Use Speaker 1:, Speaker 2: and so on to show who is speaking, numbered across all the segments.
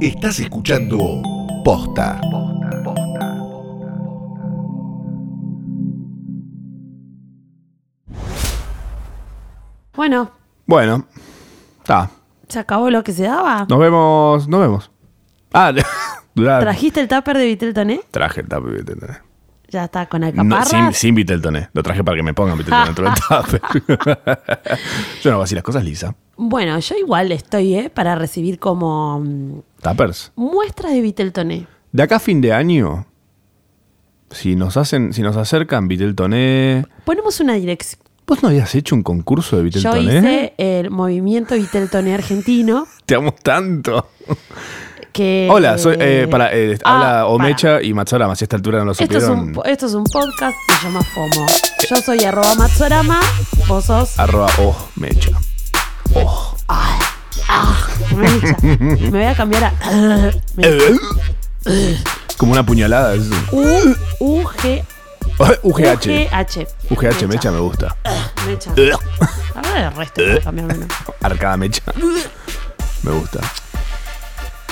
Speaker 1: Estás escuchando Posta.
Speaker 2: Bueno,
Speaker 3: Bueno, está.
Speaker 2: se acabó lo que se daba.
Speaker 3: Nos vemos, nos vemos. Ah, durá.
Speaker 2: ¿Trajiste el tupper de Viteltoné?
Speaker 3: Traje el tupper Viteltoné.
Speaker 2: Ya está, con
Speaker 3: No,
Speaker 2: alcaparras.
Speaker 3: sin, sin Viteltoné. Lo traje para que me pongan Viteltoné dentro del
Speaker 2: Ah.
Speaker 3: tupper. Yo no hago así las cosas lisa.
Speaker 2: Bueno, yo igual estoy, ¿eh? Para recibir como mm,
Speaker 3: Tuppers.
Speaker 2: muestras de Viteltoné.
Speaker 3: De acá a fin de año, si nos hacen, si nos acercan Viteltoné.
Speaker 2: Ponemos una dirección.
Speaker 3: ¿Vos no habías hecho un concurso de
Speaker 2: Yo
Speaker 3: Viteltoné?
Speaker 2: hice el movimiento Viteltoné argentino.
Speaker 3: Te amo tanto.
Speaker 2: Que,
Speaker 3: Hola, soy. eh, para, eh,
Speaker 2: Ah,
Speaker 3: habla
Speaker 2: para.
Speaker 3: Omecha y Matsorama. Si a esta altura no lo
Speaker 2: Esto es,
Speaker 3: supieron.
Speaker 2: un, po- esto es un podcast, se llama FOMO. Yo soy arroba matsorama, vos sos
Speaker 3: Arroba oh, Mecha. Oh. Ah.
Speaker 2: mecha. Me voy a cambiar a
Speaker 3: Como una puñalada. es-
Speaker 2: U- UG
Speaker 3: UGH.
Speaker 2: UGH.
Speaker 3: UGH Mecha Eh. me gusta.
Speaker 2: Mecha. Ahora el resto voy a cambiármelo.
Speaker 3: Arcada Mecha. Me gusta.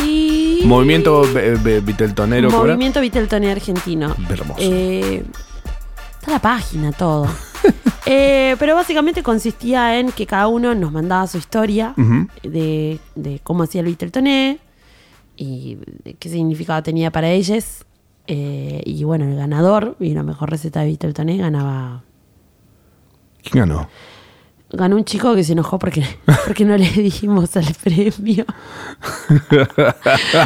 Speaker 2: Y...
Speaker 3: Movimiento eh, eh, Viteltonero. ¿cómo era?
Speaker 2: Movimiento Viteltoné Argentino.
Speaker 3: Hermoso.
Speaker 2: Eh, está la página, todo. Eh, pero básicamente consistía en que cada uno nos mandaba su historia
Speaker 3: Ujú.
Speaker 2: de, de cómo hacía el Viteltoné y de qué significado tenía para ellos. Eh, y bueno, el ganador y la mejor receta de Viteltoné ganaba.
Speaker 3: ¿Quién ganó?
Speaker 2: Ganó un chico que se enojó porque, porque no le dimos el premio.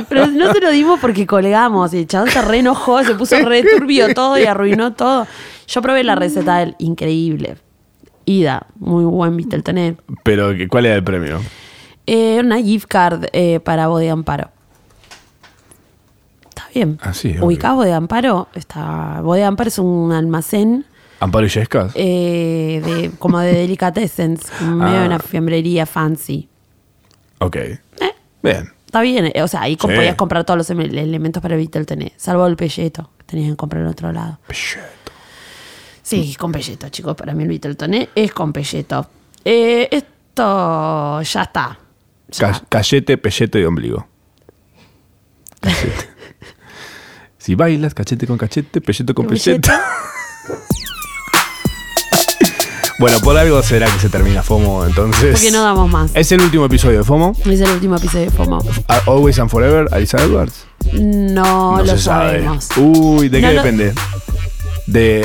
Speaker 2: Pero no se lo dimos porque colgamos y el chabón se re enojó, se puso re turbio todo y arruinó todo. Yo probé la receta del increíble. Ida, muy buen Viteltoné.
Speaker 3: Pero, ¿qué- ¿cuál era el premio?
Speaker 2: Eh, una gift card eh, para Bodega Amparo. Está bien.
Speaker 3: Ah, sí, obvio.
Speaker 2: Ubicás Bodega Amparo. Está... Bodega Amparo es un almacén
Speaker 3: ¿Amparo y Yescas?
Speaker 2: eh, de, como de delicatessens, como medio
Speaker 3: Ah.
Speaker 2: una fiambrería fancy.
Speaker 3: Ok.
Speaker 2: Eh,
Speaker 3: Bien.
Speaker 2: está bien. eh, O sea, ahí co-
Speaker 3: Sí.
Speaker 2: podías comprar todos los em- elementos para Beatle tener, salvo el pelleto que tenías que comprar en otro lado.
Speaker 3: Pelleto. Mm.
Speaker 2: Sí, con pelleto, chicos. Para mí el Beatle Toné es con pelleto. Eh, esto ya está. Ya.
Speaker 3: Ca- Cachete, pelleto y ombligo. Cachete. si bailas, cachete con cachete, pelleto con
Speaker 2: Con
Speaker 3: pelleto. bueno, por algo será que se termina FOMO entonces.
Speaker 2: Porque no damos más.
Speaker 3: Es el último episodio de FOMO.
Speaker 2: Es el último episodio de FOMO.
Speaker 3: A- Always and Forever, Alisa Edwards.
Speaker 2: No, lo sabemos.
Speaker 3: Uy, ¿de
Speaker 2: No
Speaker 3: qué
Speaker 2: lo-
Speaker 3: depende? De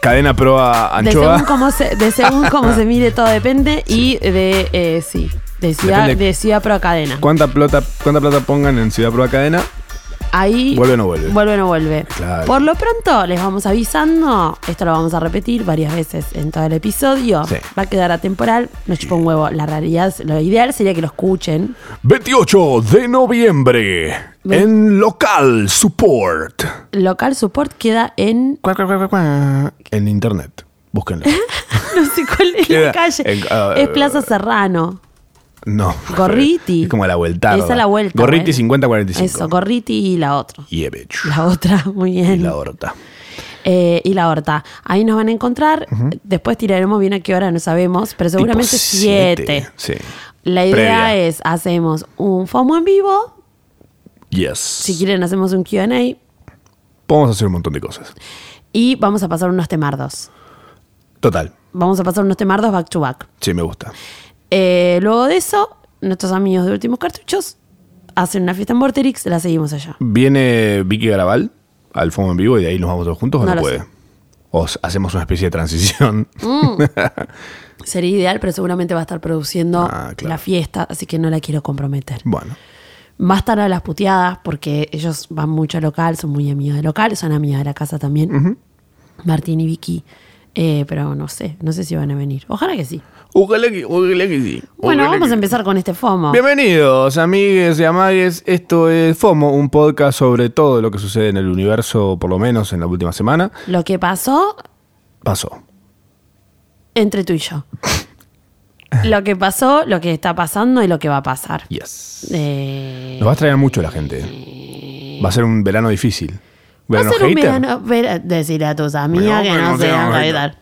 Speaker 3: cadena pro a
Speaker 2: De según,
Speaker 3: anchoa.
Speaker 2: cómo se, de según cómo se mire, todo depende. Y de, eh, sí, de ciudad,
Speaker 3: Depende-
Speaker 2: de ciudad pro a cadena.
Speaker 3: ¿Cuánta plata, ¿Cuánta plata pongan en Ciudad Prueba Cadena?
Speaker 2: Ahí.
Speaker 3: Vuelve o no vuelve.
Speaker 2: Vuelve o no vuelve.
Speaker 3: Claro.
Speaker 2: Por lo pronto, les vamos avisando. Esto lo vamos a repetir varias veces en todo el episodio.
Speaker 3: Sí.
Speaker 2: Va a quedar atemporal. No chupa un huevo. La realidad, lo ideal sería que lo escuchen.
Speaker 3: 28 de noviembre
Speaker 2: Ve-
Speaker 3: en Local Support.
Speaker 2: Local Support queda en.
Speaker 3: Cuac, cuac, cuac, cuac, cuac. En internet. Búsquenlo.
Speaker 2: No sé cuál es
Speaker 3: Queda
Speaker 2: la calle.
Speaker 3: en, ah,
Speaker 2: es Plaza Serrano.
Speaker 3: No.
Speaker 2: Gorriti.
Speaker 3: Es como a la vuelta.
Speaker 2: Es a la vuelta.
Speaker 3: Gorriti
Speaker 2: eh.
Speaker 3: 5045.
Speaker 2: Eso, Gorriti y la otra.
Speaker 3: Yeah, bitch.
Speaker 2: La otra, muy
Speaker 3: Y
Speaker 2: bien.
Speaker 3: la horta.
Speaker 2: Eh, y la horta. Ahí nos van a encontrar. Después tiraremos bien a qué hora, no sabemos, pero seguramente
Speaker 3: Tipo
Speaker 2: siete.
Speaker 3: Sí.
Speaker 2: La idea
Speaker 3: Previa.
Speaker 2: es, hacemos un FOMO en vivo.
Speaker 3: Yes.
Speaker 2: Si quieren, hacemos un QA.
Speaker 3: Podemos hacer un montón de cosas.
Speaker 2: Y vamos a pasar unos temardos.
Speaker 3: Total.
Speaker 2: Vamos a pasar unos temardos back to back.
Speaker 3: Sí, me gusta.
Speaker 2: Eh, luego de eso, nuestros amigos de Últimos Cartuchos hacen una fiesta en Vorterix. La seguimos allá.
Speaker 3: Viene Vicky Garabal al FOMO en vivo y de ahí nos vamos todos juntos o
Speaker 2: No
Speaker 3: no,
Speaker 2: lo
Speaker 3: puede.
Speaker 2: sé. Mm.
Speaker 3: O s- hacemos una especie de transición.
Speaker 2: Sería ideal, pero seguramente va a estar produciendo
Speaker 3: Ah, claro.
Speaker 2: la fiesta, así que no la quiero comprometer.
Speaker 3: Bueno.
Speaker 2: Va a estar a las puteadas porque ellos van mucho a local, son muy amigos de local, son amigos de la casa también. Martín y Vicky. Eh, pero no sé, no sé si van a venir. Ojalá que sí.
Speaker 3: Ojalá que, ojalá que sí.
Speaker 2: Bueno,
Speaker 3: Ojalá
Speaker 2: vamos
Speaker 3: que-
Speaker 2: a empezar con este FOMO.
Speaker 3: Bienvenidos, amigues y amagues. Esto es FOMO, un podcast sobre todo lo que sucede en el universo, por lo menos en la última semana.
Speaker 2: Lo que pasó
Speaker 3: Pasó.
Speaker 2: entre tú y yo. Lo que pasó, lo que está pasando y lo que va a pasar.
Speaker 3: Yes.
Speaker 2: Eh,
Speaker 3: Nos va a extrañar mucho la gente. ¿eh? Va a ser un verano difícil.
Speaker 2: va a ser un
Speaker 3: hater?
Speaker 2: verano. ver- decirle a tus amigas
Speaker 3: Bueno,
Speaker 2: que no
Speaker 3: no
Speaker 2: se
Speaker 3: sean
Speaker 2: van a
Speaker 3: hater.
Speaker 2: quedar.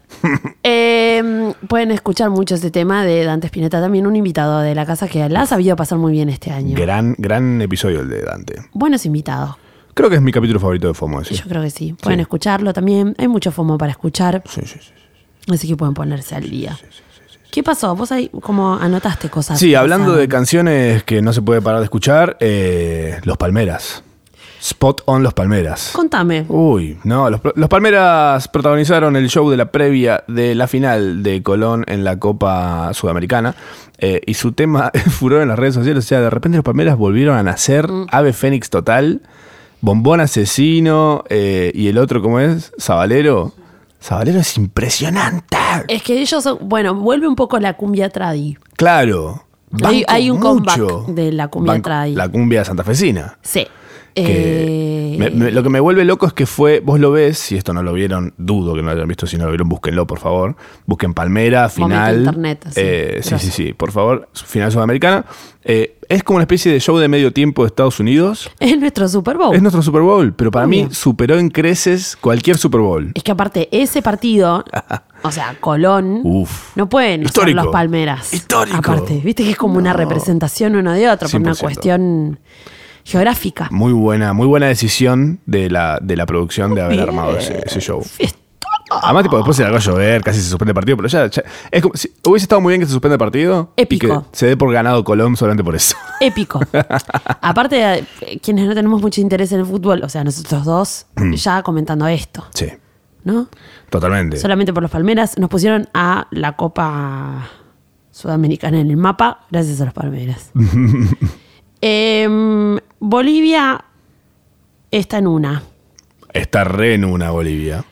Speaker 2: Eh, pueden escuchar mucho este tema de Dante Spinetta, también un invitado de la casa que la ha sabido pasar muy bien este año.
Speaker 3: Gran, gran episodio el de Dante.
Speaker 2: Buenos invitados.
Speaker 3: Creo que es mi capítulo favorito de FOMO. ese.
Speaker 2: Yo creo que sí. Pueden escucharlo también. Hay mucho FOMO para escuchar,
Speaker 3: Sí, sí, sí.
Speaker 2: así que pueden ponerse al día. ¿Qué pasó? Vos ahí como anotaste cosas.
Speaker 3: Sí,
Speaker 2: que
Speaker 3: hablando de
Speaker 2: pasaron.
Speaker 3: canciones que no se puede parar de escuchar, eh, Los Palmeras. Spot on Los Palmeras.
Speaker 2: Contame.
Speaker 3: Uy, no, los, los Palmeras protagonizaron el show de la previa de la final de Colón en la Copa Sudamericana eh, y su tema furor en las redes sociales. O sea, de repente los Palmeras volvieron a nacer,
Speaker 2: Mm.
Speaker 3: Ave Fénix total, Bombón Asesino eh, y el otro, ¿cómo es? Sabalero. Sabalero es impresionante.
Speaker 2: Es que ellos son- bueno, vuelve un poco la cumbia tradi.
Speaker 3: Claro.
Speaker 2: Hay- hay
Speaker 3: banco
Speaker 2: un comeback de la cumbia tradi.
Speaker 3: La cumbia santafesina.
Speaker 2: Sí.
Speaker 3: Que
Speaker 2: Eh,
Speaker 3: me- me- lo que me vuelve loco es que fue, vos lo ves, si esto no lo vieron, dudo que no lo hayan visto, si no lo vieron, búsquenlo, por favor. Busquen Palmera, final.
Speaker 2: internet, así,
Speaker 3: eh, sí,
Speaker 2: grosso.
Speaker 3: sí, sí, por favor, final sudamericana. Eh, es como una especie de show de medio tiempo de Estados Unidos.
Speaker 2: es nuestro Super Bowl.
Speaker 3: Es nuestro Super Bowl, pero para mí
Speaker 2: Oh. Obvio. Eh,
Speaker 3: superó en creces cualquier Super Bowl.
Speaker 2: Es que aparte, ese partido, o sea, Colón,
Speaker 3: Uf.
Speaker 2: no pueden usar
Speaker 3: Uh. Histórico.
Speaker 2: los Palmeras.
Speaker 3: Histórico.
Speaker 2: Aparte, viste que es como una representación uno de otro, por una
Speaker 3: 100%.
Speaker 2: cuestión geográfica.
Speaker 3: Muy buena, muy buena decisión de la, de la producción de haber
Speaker 2: Eh,
Speaker 3: armado ese, ese show. Además, tipo, después se largó a llover, casi se suspende el partido, pero ya. ya- es como, si- hubiese estado muy bien que se suspenda el partido y que
Speaker 2: Épico.
Speaker 3: se dé por ganado Colón solamente por eso.
Speaker 2: Épico. aparte, eh, quienes no tenemos mucho interés en el fútbol, o sea, nosotros dos, ya comentando esto,
Speaker 3: Sí,
Speaker 2: ¿no?
Speaker 3: totalmente.
Speaker 2: Solamente por los Palmeras, nos pusieron a la Copa Sudamericana en el mapa, gracias a los Palmeras. Em, Bolivia está en una.
Speaker 3: Está re en una Bolivia.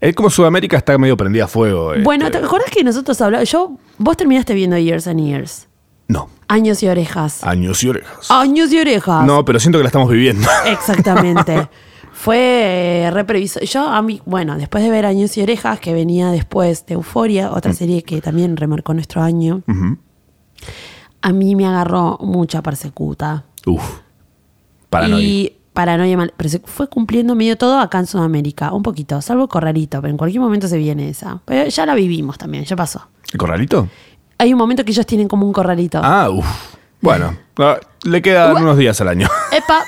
Speaker 3: Es como Sudamérica está medio prendida a fuego. este.
Speaker 2: Bueno, ¿te acuerdas que nosotros hablamos? Yo, vos terminaste viendo Years and Years.
Speaker 3: No,
Speaker 2: Años y orejas.
Speaker 3: años y orejas.
Speaker 2: Años y orejas.
Speaker 3: Ah. No, pero siento que la estamos viviendo.
Speaker 2: Exactamente. Fue repreviso. Yo, a mí, bueno, después de ver Años y Orejas, que venía después de Euforia, otra
Speaker 3: Mm.
Speaker 2: serie que también remarcó nuestro año, a mí me agarró mucha persecuta.
Speaker 3: Uf. Paranoia.
Speaker 2: Y paranoia mal. Pero se fue cumpliendo medio todo acá en Sudamérica, un poquito, salvo Corralito, pero en cualquier momento se viene esa. Pero ya la vivimos también, ya pasó.
Speaker 3: ¿El corralito?
Speaker 2: Hay un momento que ellos tienen como un corralito.
Speaker 3: Ah, uf. Bueno, ah, le quedan unos días al año.
Speaker 2: Epa,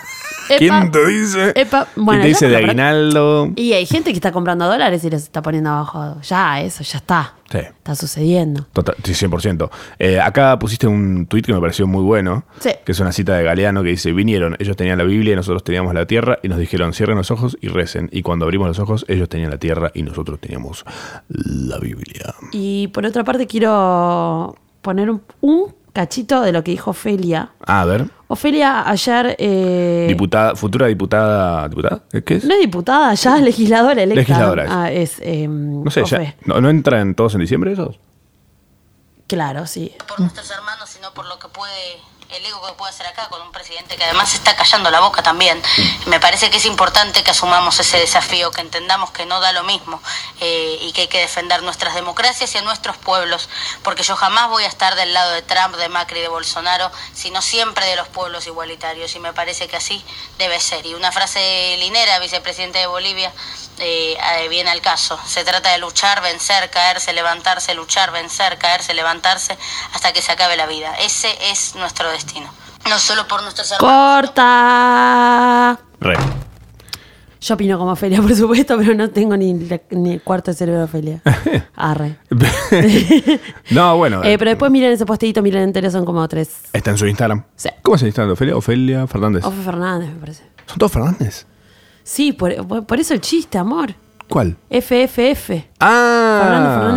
Speaker 2: epa.
Speaker 3: ¿Quién te dice?
Speaker 2: Epa,
Speaker 3: ¿Quién
Speaker 2: bueno, ya
Speaker 3: te dice de
Speaker 2: compré-
Speaker 3: aguinaldo?
Speaker 2: Y hay gente que está comprando dólares y los está poniendo abajo. Ya, eso, ya está.
Speaker 3: Sí.
Speaker 2: Está sucediendo.
Speaker 3: Total, sí, 100%. Eh, acá pusiste un tuit que me pareció muy bueno,
Speaker 2: Sí.
Speaker 3: que es una cita de Galeano que dice, vinieron, ellos tenían la Biblia y nosotros teníamos la tierra y nos dijeron, cierren los ojos y recen. Y cuando abrimos los ojos, ellos tenían la tierra y nosotros teníamos la Biblia.
Speaker 2: Y por otra parte, quiero poner un, un cachito de lo que dijo Ofelia.
Speaker 3: Ah, a ver,
Speaker 2: Ofelia ayer. eh,
Speaker 3: diputada, futura diputada, ¿diputada? ¿Qué- ¿Qué es?
Speaker 2: no es diputada, ya es legisladora electa.
Speaker 3: Legisladora es.
Speaker 2: Ah, es. eh,
Speaker 3: No sé, ya-
Speaker 2: Ofe.
Speaker 3: ¿no, no entran todos en diciembre esos?
Speaker 2: Claro, sí.
Speaker 4: por nuestros hermanos, sino por lo que puede, el ego que puede hacer acá con un presidente que además está callando la boca también. Me parece que es importante que asumamos ese desafío, que entendamos que no da lo mismo eh, y que hay que defender nuestras democracias y a nuestros pueblos, porque yo jamás voy a estar del lado de Trump, de Macri, de Bolsonaro, sino siempre de los pueblos igualitarios y me parece que así debe ser. Y una frase de Linera, vicepresidente de Bolivia, eh, eh, viene al caso. Se trata de luchar, vencer, caerse, levantarse, luchar, vencer, caerse, levantarse, hasta que se acabe la vida. Ese es nuestro destino. No solo por nuestros hermanos.
Speaker 2: ¡Corta!
Speaker 3: Re.
Speaker 2: Yo opino como Ofelia, por supuesto, pero no tengo ni, la- ni el cuarto de cerebro de Ofelia. Arre.
Speaker 3: no, bueno,
Speaker 2: Eh, pero después miren ese postidito, miren entero, son como tres.
Speaker 3: está en su Instagram.
Speaker 2: Sí.
Speaker 3: ¿Cómo es el Instagram de Ofelia? Ofelia Fernández.
Speaker 2: Ofe Fernández, me parece.
Speaker 3: ¿Son todos Fernández?
Speaker 2: Sí, por, por- por eso el chiste, amor.
Speaker 3: ¿Cuál?
Speaker 2: FFF.
Speaker 3: Ah.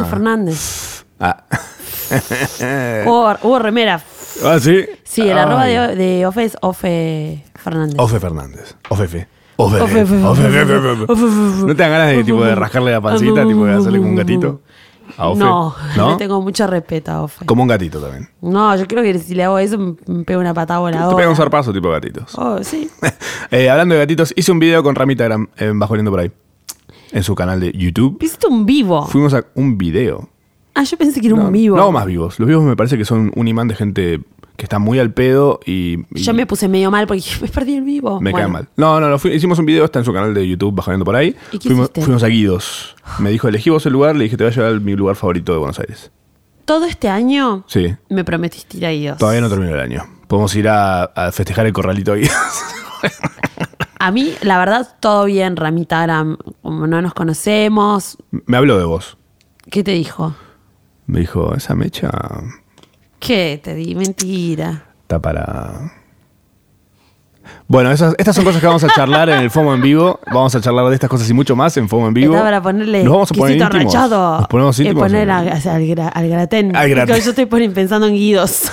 Speaker 2: Fernández, Fernández,
Speaker 3: Ah.
Speaker 2: Fernández. Hubo, hubo remera.
Speaker 3: Ah, sí.
Speaker 2: Sí, el
Speaker 3: Eh. Ay.
Speaker 2: arroba de, de Ofe es Ofe Fernández.
Speaker 3: Ofe Fernández. Ofefe. Ofe.
Speaker 2: Ofe-
Speaker 3: Ofe- Ofe-
Speaker 2: Ofe- Ofe-
Speaker 3: ¿No te dan ganas de, tipo, de rascarle la pancita, tipo de hacerle como un gatito? A Ofe.
Speaker 2: No,
Speaker 3: ¿No?
Speaker 2: le tengo mucho respeto a Ofe.
Speaker 3: Como un gatito también.
Speaker 2: No, yo creo que si le hago eso me me pego una patada voladora.
Speaker 3: Te pega un zarpazo tipo de gatitos.
Speaker 2: Oh, sí.
Speaker 3: Eh, hablando de gatitos, hice un video con Ramitagram en Bajo Liendo por ahí. En su canal de YouTube.
Speaker 2: Hiciste un vivo.
Speaker 3: Fuimos a un video.
Speaker 2: Ah, yo pensé que era
Speaker 3: No,
Speaker 2: un vivo.
Speaker 3: no hago más vivos. Los vivos me parece que son un imán de gente que está muy al pedo y. y-
Speaker 2: Yo me puse medio mal porque dije, me perdí el vivo.
Speaker 3: Me
Speaker 2: Oh, Bueno,
Speaker 3: cae mal. No, no, no. fui- hicimos un video, está en su canal de YouTube, bajando por ahí.
Speaker 2: ¿Y qué
Speaker 3: fuimos,
Speaker 2: hiciste?
Speaker 3: fuimos a Guidos. Me dijo, elegí vos el lugar, le dije, te voy a llevar a mi lugar favorito de Buenos Aires.
Speaker 2: todo este año
Speaker 3: Sí.
Speaker 2: me prometiste ir a IOS.
Speaker 3: Todavía no terminó el año. Podemos ir a, a festejar el corralito ahí.
Speaker 2: A mí, la verdad, todo bien, Ramita Aram. Como no nos conocemos.
Speaker 3: Me habló de vos.
Speaker 2: ¿Qué te dijo?
Speaker 3: Me dijo, esa mecha
Speaker 2: ¿Qué te di? Mentira.
Speaker 3: está para... Bueno, esas, estas son cosas que vamos a charlar en el FOMO en vivo. Vamos a charlar de estas cosas y mucho más en FOMO en vivo.
Speaker 2: Está para ponerle
Speaker 3: Nos vamos a poner
Speaker 2: quesito
Speaker 3: íntimos.
Speaker 2: rallado.
Speaker 3: Nos ponemos
Speaker 2: Eh,
Speaker 3: íntimos.
Speaker 2: poner a- o sea, al, gra- al gratén.
Speaker 3: Al gratén.
Speaker 2: Yo estoy poni- pensando en guidos.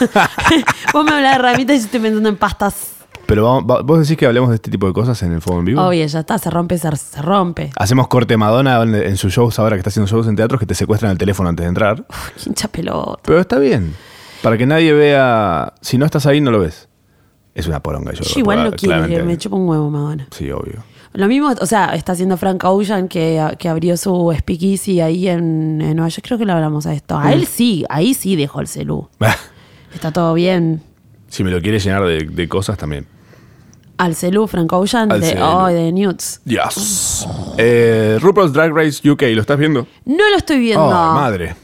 Speaker 2: Vos me hablás de Ramita y yo estoy pensando en pastas.
Speaker 3: Pero vamos- va- vos decís que hablemos de este tipo de cosas en el FOMO en vivo.
Speaker 2: Obvio, ya está, se rompe, se, se rompe.
Speaker 3: Hacemos corte Madonna en, en sus shows ahora que está haciendo shows en teatros que te secuestran el teléfono antes de entrar.
Speaker 2: Qué hincha pelota.
Speaker 3: Pero está bien. Para que nadie vea. Si no estás ahí, no lo ves. Es una poronga. Yo,
Speaker 2: Yo igual
Speaker 3: por-
Speaker 2: lo quiero,
Speaker 3: claramente.
Speaker 2: me chupa un huevo Madonna.
Speaker 3: Sí, obvio.
Speaker 2: Lo mismo, o sea, está haciendo Frank Ocean que, que abrió su speakeasy ahí en, en Nueva York. Creo que lo hablamos a esto. A él sí, ahí sí dejó el celú. Está todo bien.
Speaker 3: si me lo quieres llenar de, de cosas también.
Speaker 2: Al celú, Frank Ocean,
Speaker 3: Al
Speaker 2: de,
Speaker 3: celu.
Speaker 2: oh, de Nudes.
Speaker 3: Yes. Eh, RuPaul's Drag Race UK, ¿lo estás viendo?
Speaker 2: No lo estoy viendo.
Speaker 3: Oh, madre.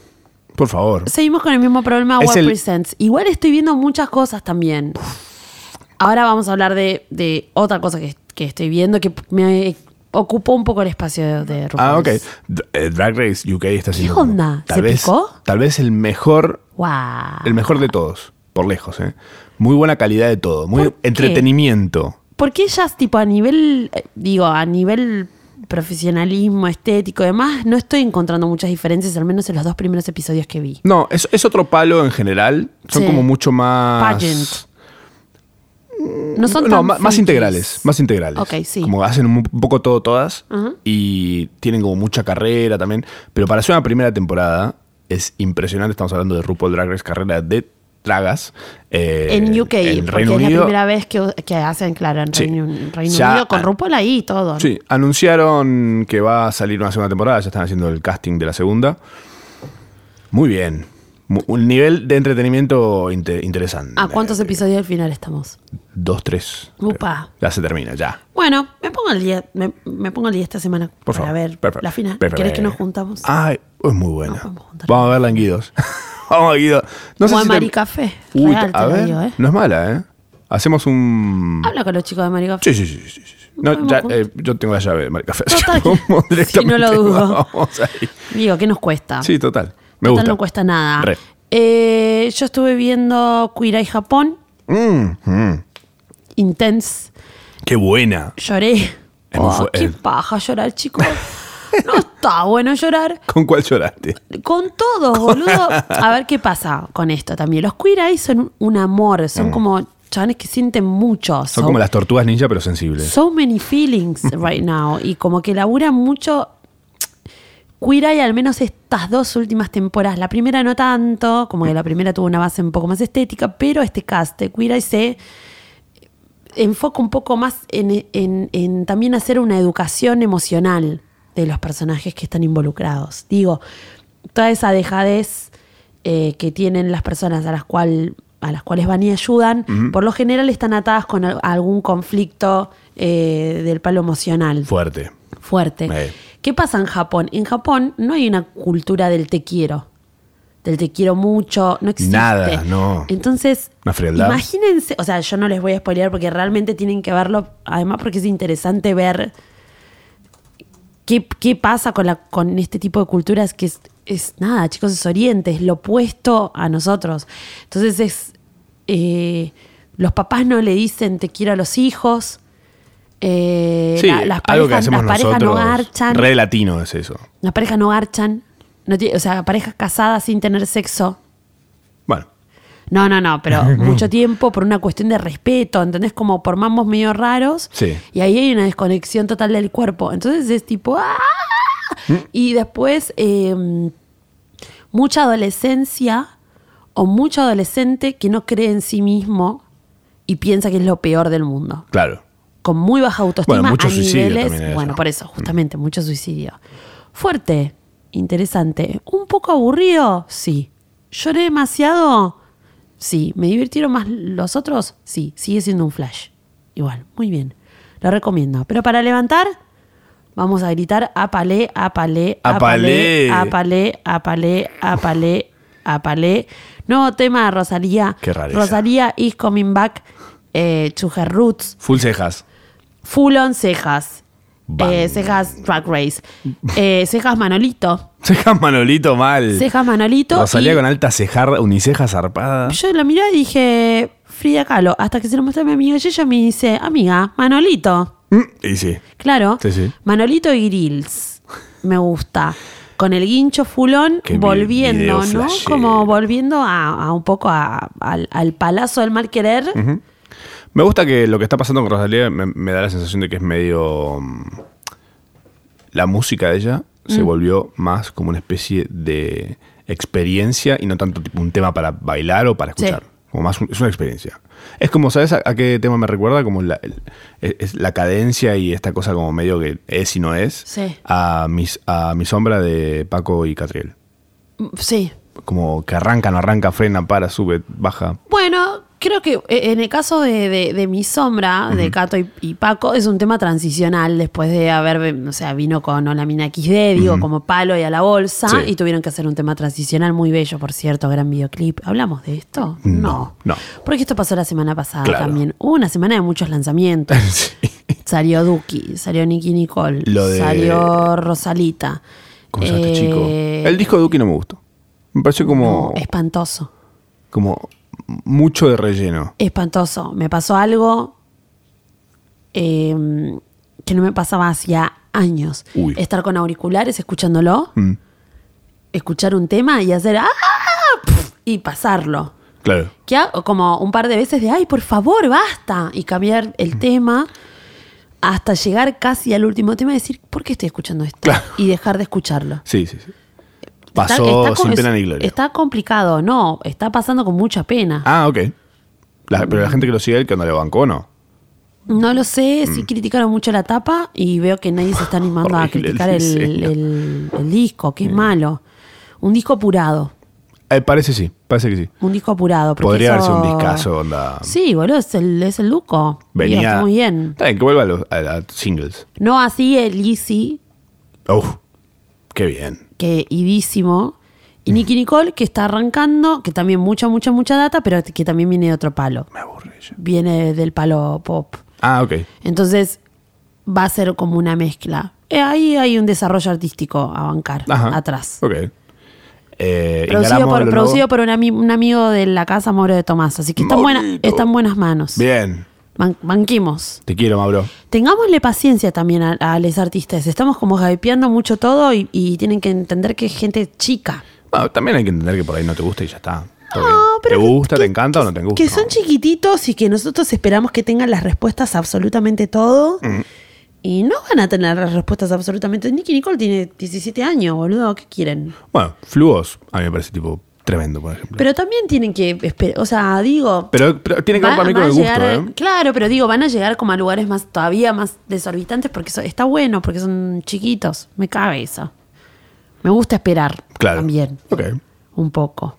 Speaker 3: Por favor.
Speaker 2: Seguimos con el mismo problema
Speaker 3: Es
Speaker 2: World
Speaker 3: el-
Speaker 2: Presents. Igual estoy viendo muchas cosas también. Ahora vamos a hablar de, de otra cosa que, que estoy viendo que me ocupó un poco el espacio de, de RuPaul's.
Speaker 3: Ah, ok. D- eh, Drag Race UK está haciendo.
Speaker 2: onda?
Speaker 3: Tal
Speaker 2: ¿Se
Speaker 3: vez,
Speaker 2: picó?
Speaker 3: Tal vez el mejor
Speaker 2: Guau.
Speaker 3: El mejor de todos, por lejos, ¿eh? Muy buena calidad de todo, muy
Speaker 2: ¿Por qué?
Speaker 3: entretenimiento.
Speaker 2: ¿Por qué ellas, tipo, a nivel, eh, digo, a nivel profesionalismo, estético y demás, no estoy encontrando muchas diferencias, al menos en los dos primeros episodios que vi?
Speaker 3: No, es, es otro palo en general. Son
Speaker 2: Sí.
Speaker 3: como mucho más.
Speaker 2: Pageant. No son
Speaker 3: Mm, No,
Speaker 2: tan
Speaker 3: ma- más
Speaker 2: frikis.
Speaker 3: integrales, más integrales.
Speaker 2: Ok, sí.
Speaker 3: Como hacen un poco todo todas
Speaker 2: Ajá.
Speaker 3: y tienen como mucha carrera también. Pero para hacer una primera temporada es impresionante. Estamos hablando de RuPaul Drag Race, carrera de tragas. eh,
Speaker 2: en UK,
Speaker 3: en
Speaker 2: porque
Speaker 3: Reino
Speaker 2: es la
Speaker 3: Unido.
Speaker 2: primera vez que, que hacen, claro, en
Speaker 3: Sí.
Speaker 2: Reino, en Reino
Speaker 3: Ya-
Speaker 2: Unido, con RuPaul ahí y todo. ¿no?
Speaker 3: Sí, anunciaron que va a salir una segunda temporada, ya están haciendo el casting de la segunda. Muy bien. Mu- Un nivel de entretenimiento inte- interesante.
Speaker 2: ¿A cuántos episodios al final estamos?
Speaker 3: Dos, tres.
Speaker 2: Upa.
Speaker 3: Ya se termina, ya.
Speaker 2: Bueno, me pongo al día, me, me pongo al día esta semana
Speaker 3: Por
Speaker 2: para
Speaker 3: favor.
Speaker 2: ver
Speaker 3: Perfecto.
Speaker 2: la final.
Speaker 3: Perfecto. Ah.
Speaker 2: ¿Querés que nos juntamos?
Speaker 3: Ay, es muy buena.
Speaker 2: Nos podemos juntar.
Speaker 3: Vamos a verla en Guidos. Vamos a Guidos. No
Speaker 2: o a
Speaker 3: si te-
Speaker 2: Maricafé.
Speaker 3: Uy,
Speaker 2: Real, te
Speaker 3: a
Speaker 2: lo
Speaker 3: ver,
Speaker 2: digo, ¿eh?
Speaker 3: no es mala, ¿eh? Hacemos un...
Speaker 2: Habla con los chicos de Maricafé.
Speaker 3: Sí, sí, sí. sí, sí. No,
Speaker 2: Podemos
Speaker 3: ya,
Speaker 2: juntar.
Speaker 3: eh, yo tengo la llave de Maricafé.
Speaker 2: Total,
Speaker 3: Vamos
Speaker 2: si
Speaker 3: directamente,
Speaker 2: no lo dudo.
Speaker 3: Vamos ahí.
Speaker 2: Digo, ¿qué nos cuesta?
Speaker 3: Sí, total.
Speaker 2: ¿Ah?
Speaker 3: Me
Speaker 2: Total,
Speaker 3: gusta.
Speaker 2: no cuesta nada.
Speaker 3: Re.
Speaker 2: Eh, yo estuve viendo Queer Eye Japón,
Speaker 3: Mm, mm.
Speaker 2: Intense,
Speaker 3: Qué buena.
Speaker 2: lloré.
Speaker 3: Es muy
Speaker 2: Oh,
Speaker 3: fu-
Speaker 2: qué
Speaker 3: es-
Speaker 2: paja llorar, chicos. No está bueno llorar.
Speaker 3: ¿Con cuál lloraste?
Speaker 2: Con todo, boludo. A ver qué pasa con esto también. Los Queer Eye son un amor, son como chavales que sienten mucho.
Speaker 3: Mm. Son como las tortugas ninja, pero sensibles.
Speaker 2: so many feelings right now. Y como que laburan mucho. Queer Eye, al menos estas dos últimas temporadas. La primera no tanto, como que la primera tuvo una base un poco más estética, pero este cast de Queer Eye se enfoca un poco más en, en- en también hacer una educación emocional de los personajes que están involucrados. Digo, toda esa dejadez eh, que tienen las personas a las, cual, a las cuales van y ayudan, por lo general están atadas con al- algún conflicto eh, del palo emocional
Speaker 3: Fuerte.
Speaker 2: fuerte.
Speaker 3: Eh.
Speaker 2: ¿Qué pasa en Japón? En Japón no hay una cultura del te quiero, del te quiero mucho, no existe.
Speaker 3: Nada, no.
Speaker 2: Entonces,
Speaker 3: Una frialdad.
Speaker 2: imagínense, o sea, yo no les voy a spoilear porque realmente tienen que verlo, además porque es interesante ver qué, qué pasa con, la, con este tipo de culturas que es, es nada, chicos, es oriente, es lo opuesto a nosotros. Entonces es, eh, los papás no le dicen te quiero a los hijos. eh,
Speaker 3: sí,
Speaker 2: la- las
Speaker 3: algo que
Speaker 2: parejas,
Speaker 3: hacemos
Speaker 2: las parejas
Speaker 3: nosotros.
Speaker 2: no garchan.
Speaker 3: Re latino es eso.
Speaker 2: Las parejas no garchan. No tie- o sea, parejas casadas sin tener sexo.
Speaker 3: Bueno,
Speaker 2: No, no, no, pero mucho tiempo por una cuestión de respeto, ¿entendés? Como por mambos medio raros.
Speaker 3: Sí.
Speaker 2: Y ahí hay una desconexión total del cuerpo. Entonces es tipo. ¡ah! Y después, eh, mucha adolescencia o mucho adolescente que no cree en sí mismo y piensa que es lo peor del mundo
Speaker 3: claro.
Speaker 2: con muy baja autoestima
Speaker 3: Bueno, mucho
Speaker 2: a
Speaker 3: suicidio
Speaker 2: niveles.
Speaker 3: también hay Mm.
Speaker 2: Bueno,
Speaker 3: allá.
Speaker 2: por eso, justamente, mucho suicidio. Fuerte, interesante. ¿Un poco aburrido? Sí. ¿Lloré demasiado? Sí. ¿Me divirtieron más los otros? Sí. Sigue siendo un flash. Igual, muy bien. Lo recomiendo. Pero para levantar, vamos a gritar apalé, apalé, apalé,
Speaker 3: Apalé.
Speaker 2: apalé, apalé, apalé, a Palé. Nuevo tema de Rosalía.
Speaker 3: Qué rareza.
Speaker 2: Rosalía is coming back eh, to her roots.
Speaker 3: Full cejas.
Speaker 2: Full on cejas.
Speaker 3: Bang.
Speaker 2: Eh, cejas Drag Race. Eh, cejas Manolito.
Speaker 3: Cejas Manolito mal.
Speaker 2: Cejas Manolito.
Speaker 3: Rosalía
Speaker 2: y
Speaker 3: con alta cejarra, uniceja zarpada.
Speaker 2: Yo la miré y dije, Frida Kahlo. Hasta que se lo mostré a mi amiga y ella me dice, amiga, Manolito.
Speaker 3: Mm, Y sí.
Speaker 2: Claro.
Speaker 3: Sí, sí.
Speaker 2: Manolito Grills. Me gusta. Con el guincho fulón,
Speaker 3: Qué vi- video
Speaker 2: volviendo, ¿no?
Speaker 3: flashero.
Speaker 2: Como volviendo a, a un poco a- al, al palazo del mal querer.
Speaker 3: Me gusta que lo que está pasando con Rosalía me, me da la sensación de que es medio. mm, La música de ella se
Speaker 2: Mm.
Speaker 3: volvió más como una especie de experiencia y no tanto tipo un tema para bailar o para
Speaker 2: Sí.
Speaker 3: escuchar. Como más un- es una experiencia. Es como, ¿sabes a, a qué tema me recuerda? Como la, el- es- es la cadencia y esta cosa como medio que es y no es.
Speaker 2: Sí.
Speaker 3: A, mis, a mi sombra de Paco y Catriel.
Speaker 2: Sí.
Speaker 3: Como que arranca, no arranca, frena, para, sube, baja.
Speaker 2: Bueno, creo que eh, en el caso de, de- de Mi Sombra, de Cato y, y Paco, es un tema transicional después de haber, o sea, vino con Hola Mina XD, digo, como palo y a la bolsa,
Speaker 3: Sí.
Speaker 2: y tuvieron que hacer un tema transicional muy bello, por cierto, gran videoclip. ¿Hablamos de esto?
Speaker 3: No, no.
Speaker 2: Porque esto pasó la semana pasada
Speaker 3: Claro.
Speaker 2: también. Hubo una semana de muchos lanzamientos.
Speaker 3: Sí.
Speaker 2: Salió Duki, salió Nicky Nicole,
Speaker 3: Lo de-
Speaker 2: salió Rosalita.
Speaker 3: ¿Cómo se llama este chico?
Speaker 2: Eh,
Speaker 3: El disco de Duki no me gustó. Me pareció como,
Speaker 2: no, espantoso.
Speaker 3: como mucho de relleno.
Speaker 2: espantoso. Me pasó algo eh, que no me pasaba hacía años.
Speaker 3: Uy.
Speaker 2: Estar con auriculares escuchándolo,
Speaker 3: Mm,
Speaker 2: escuchar un tema y hacer ¡ah! Pf, y pasarlo.
Speaker 3: claro.
Speaker 2: Que ha- o como un par de veces de ay, por favor, basta. Y cambiar
Speaker 3: Mm.
Speaker 2: el tema hasta llegar casi al último tema y decir, ¿por qué estoy escuchando esto?
Speaker 3: Claro.
Speaker 2: Y dejar de escucharlo.
Speaker 3: Sí, sí, sí.
Speaker 2: Está-
Speaker 3: Pasó
Speaker 2: está con-
Speaker 3: sin pena ni gloria.
Speaker 2: Está complicado, no, está pasando con mucha pena.
Speaker 3: Ah, ok. La- pero la gente que lo sigue, que no le bancó o no.
Speaker 2: No lo sé, sí criticaron mucho la tapa y veo que nadie se está animando a
Speaker 3: Mm. Horrible Mm. el
Speaker 2: criticar el,
Speaker 3: diseño.
Speaker 2: el- el disco, que es malo. Un disco apurado,
Speaker 3: Eh, parece sí, parece que sí.
Speaker 2: un disco apurado. porque
Speaker 3: Podría
Speaker 2: eso-
Speaker 3: darse un discazo, onda.
Speaker 2: Sí, boludo, es el, es el Luco. Digo,
Speaker 3: Venía.
Speaker 2: está muy bien.
Speaker 3: Está bien, que vuelva a los a- a singles.
Speaker 2: No así el Easy,
Speaker 3: Uf, qué bien.
Speaker 2: que idísimo. Y
Speaker 3: Mm.
Speaker 2: Nicky Nicole, que está arrancando, que también mucha, mucha, mucha data, pero que también viene de otro palo.
Speaker 3: Me aburre yo.
Speaker 2: Viene del palo pop.
Speaker 3: Ah, ok.
Speaker 2: Entonces va a ser como una mezcla. Eh, ahí hay un desarrollo artístico a bancar
Speaker 3: Ajá.
Speaker 2: atrás.
Speaker 3: Ok. Eh,
Speaker 2: Producido,
Speaker 3: encaramos
Speaker 2: por,
Speaker 3: lo
Speaker 2: producido
Speaker 3: nuevo.
Speaker 2: por un, ami- un amigo de la casa, Mauro de Tomás. Así que está en buena-
Speaker 3: Maurito.
Speaker 2: está en buenas manos.
Speaker 3: Bien.
Speaker 2: Ban- banquimos.
Speaker 3: Te quiero, Mauro.
Speaker 2: Tengámosle paciencia también a, los artistas. Estamos como hypeando mucho todo y, y tienen que entender que es gente chica.
Speaker 3: Bueno, también hay que entender que por ahí no te gusta y ya está. Todo bien.
Speaker 2: No, pero
Speaker 3: ¿Te
Speaker 2: que-
Speaker 3: gusta,
Speaker 2: que-
Speaker 3: te encanta
Speaker 2: que-
Speaker 3: o no te gusta?
Speaker 2: Que son chiquititos y que nosotros esperamos que tengan las respuestas a absolutamente todo.
Speaker 3: Mm.
Speaker 2: Y no van a tener las respuestas a absolutamente. Nicky Nicole tiene 17 años, boludo. ¿Qué quieren?
Speaker 3: Bueno, Fluos a mí me parece tipo tremendo, por ejemplo.
Speaker 2: Pero también tienen que esperar. O sea, digo.
Speaker 3: Pero, pero tiene que ver
Speaker 2: van-
Speaker 3: para mí con
Speaker 2: van a
Speaker 3: el
Speaker 2: llegar
Speaker 3: gusto,
Speaker 2: a-
Speaker 3: ¿eh?
Speaker 2: Claro, pero digo, van a llegar como a lugares más todavía más desorbitantes porque eso, está bueno, porque son chiquitos. Me cabe eso. Me gusta esperar
Speaker 3: Claro.
Speaker 2: también.
Speaker 3: Ok.
Speaker 2: Un poco.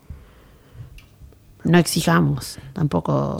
Speaker 2: No exijamos tampoco.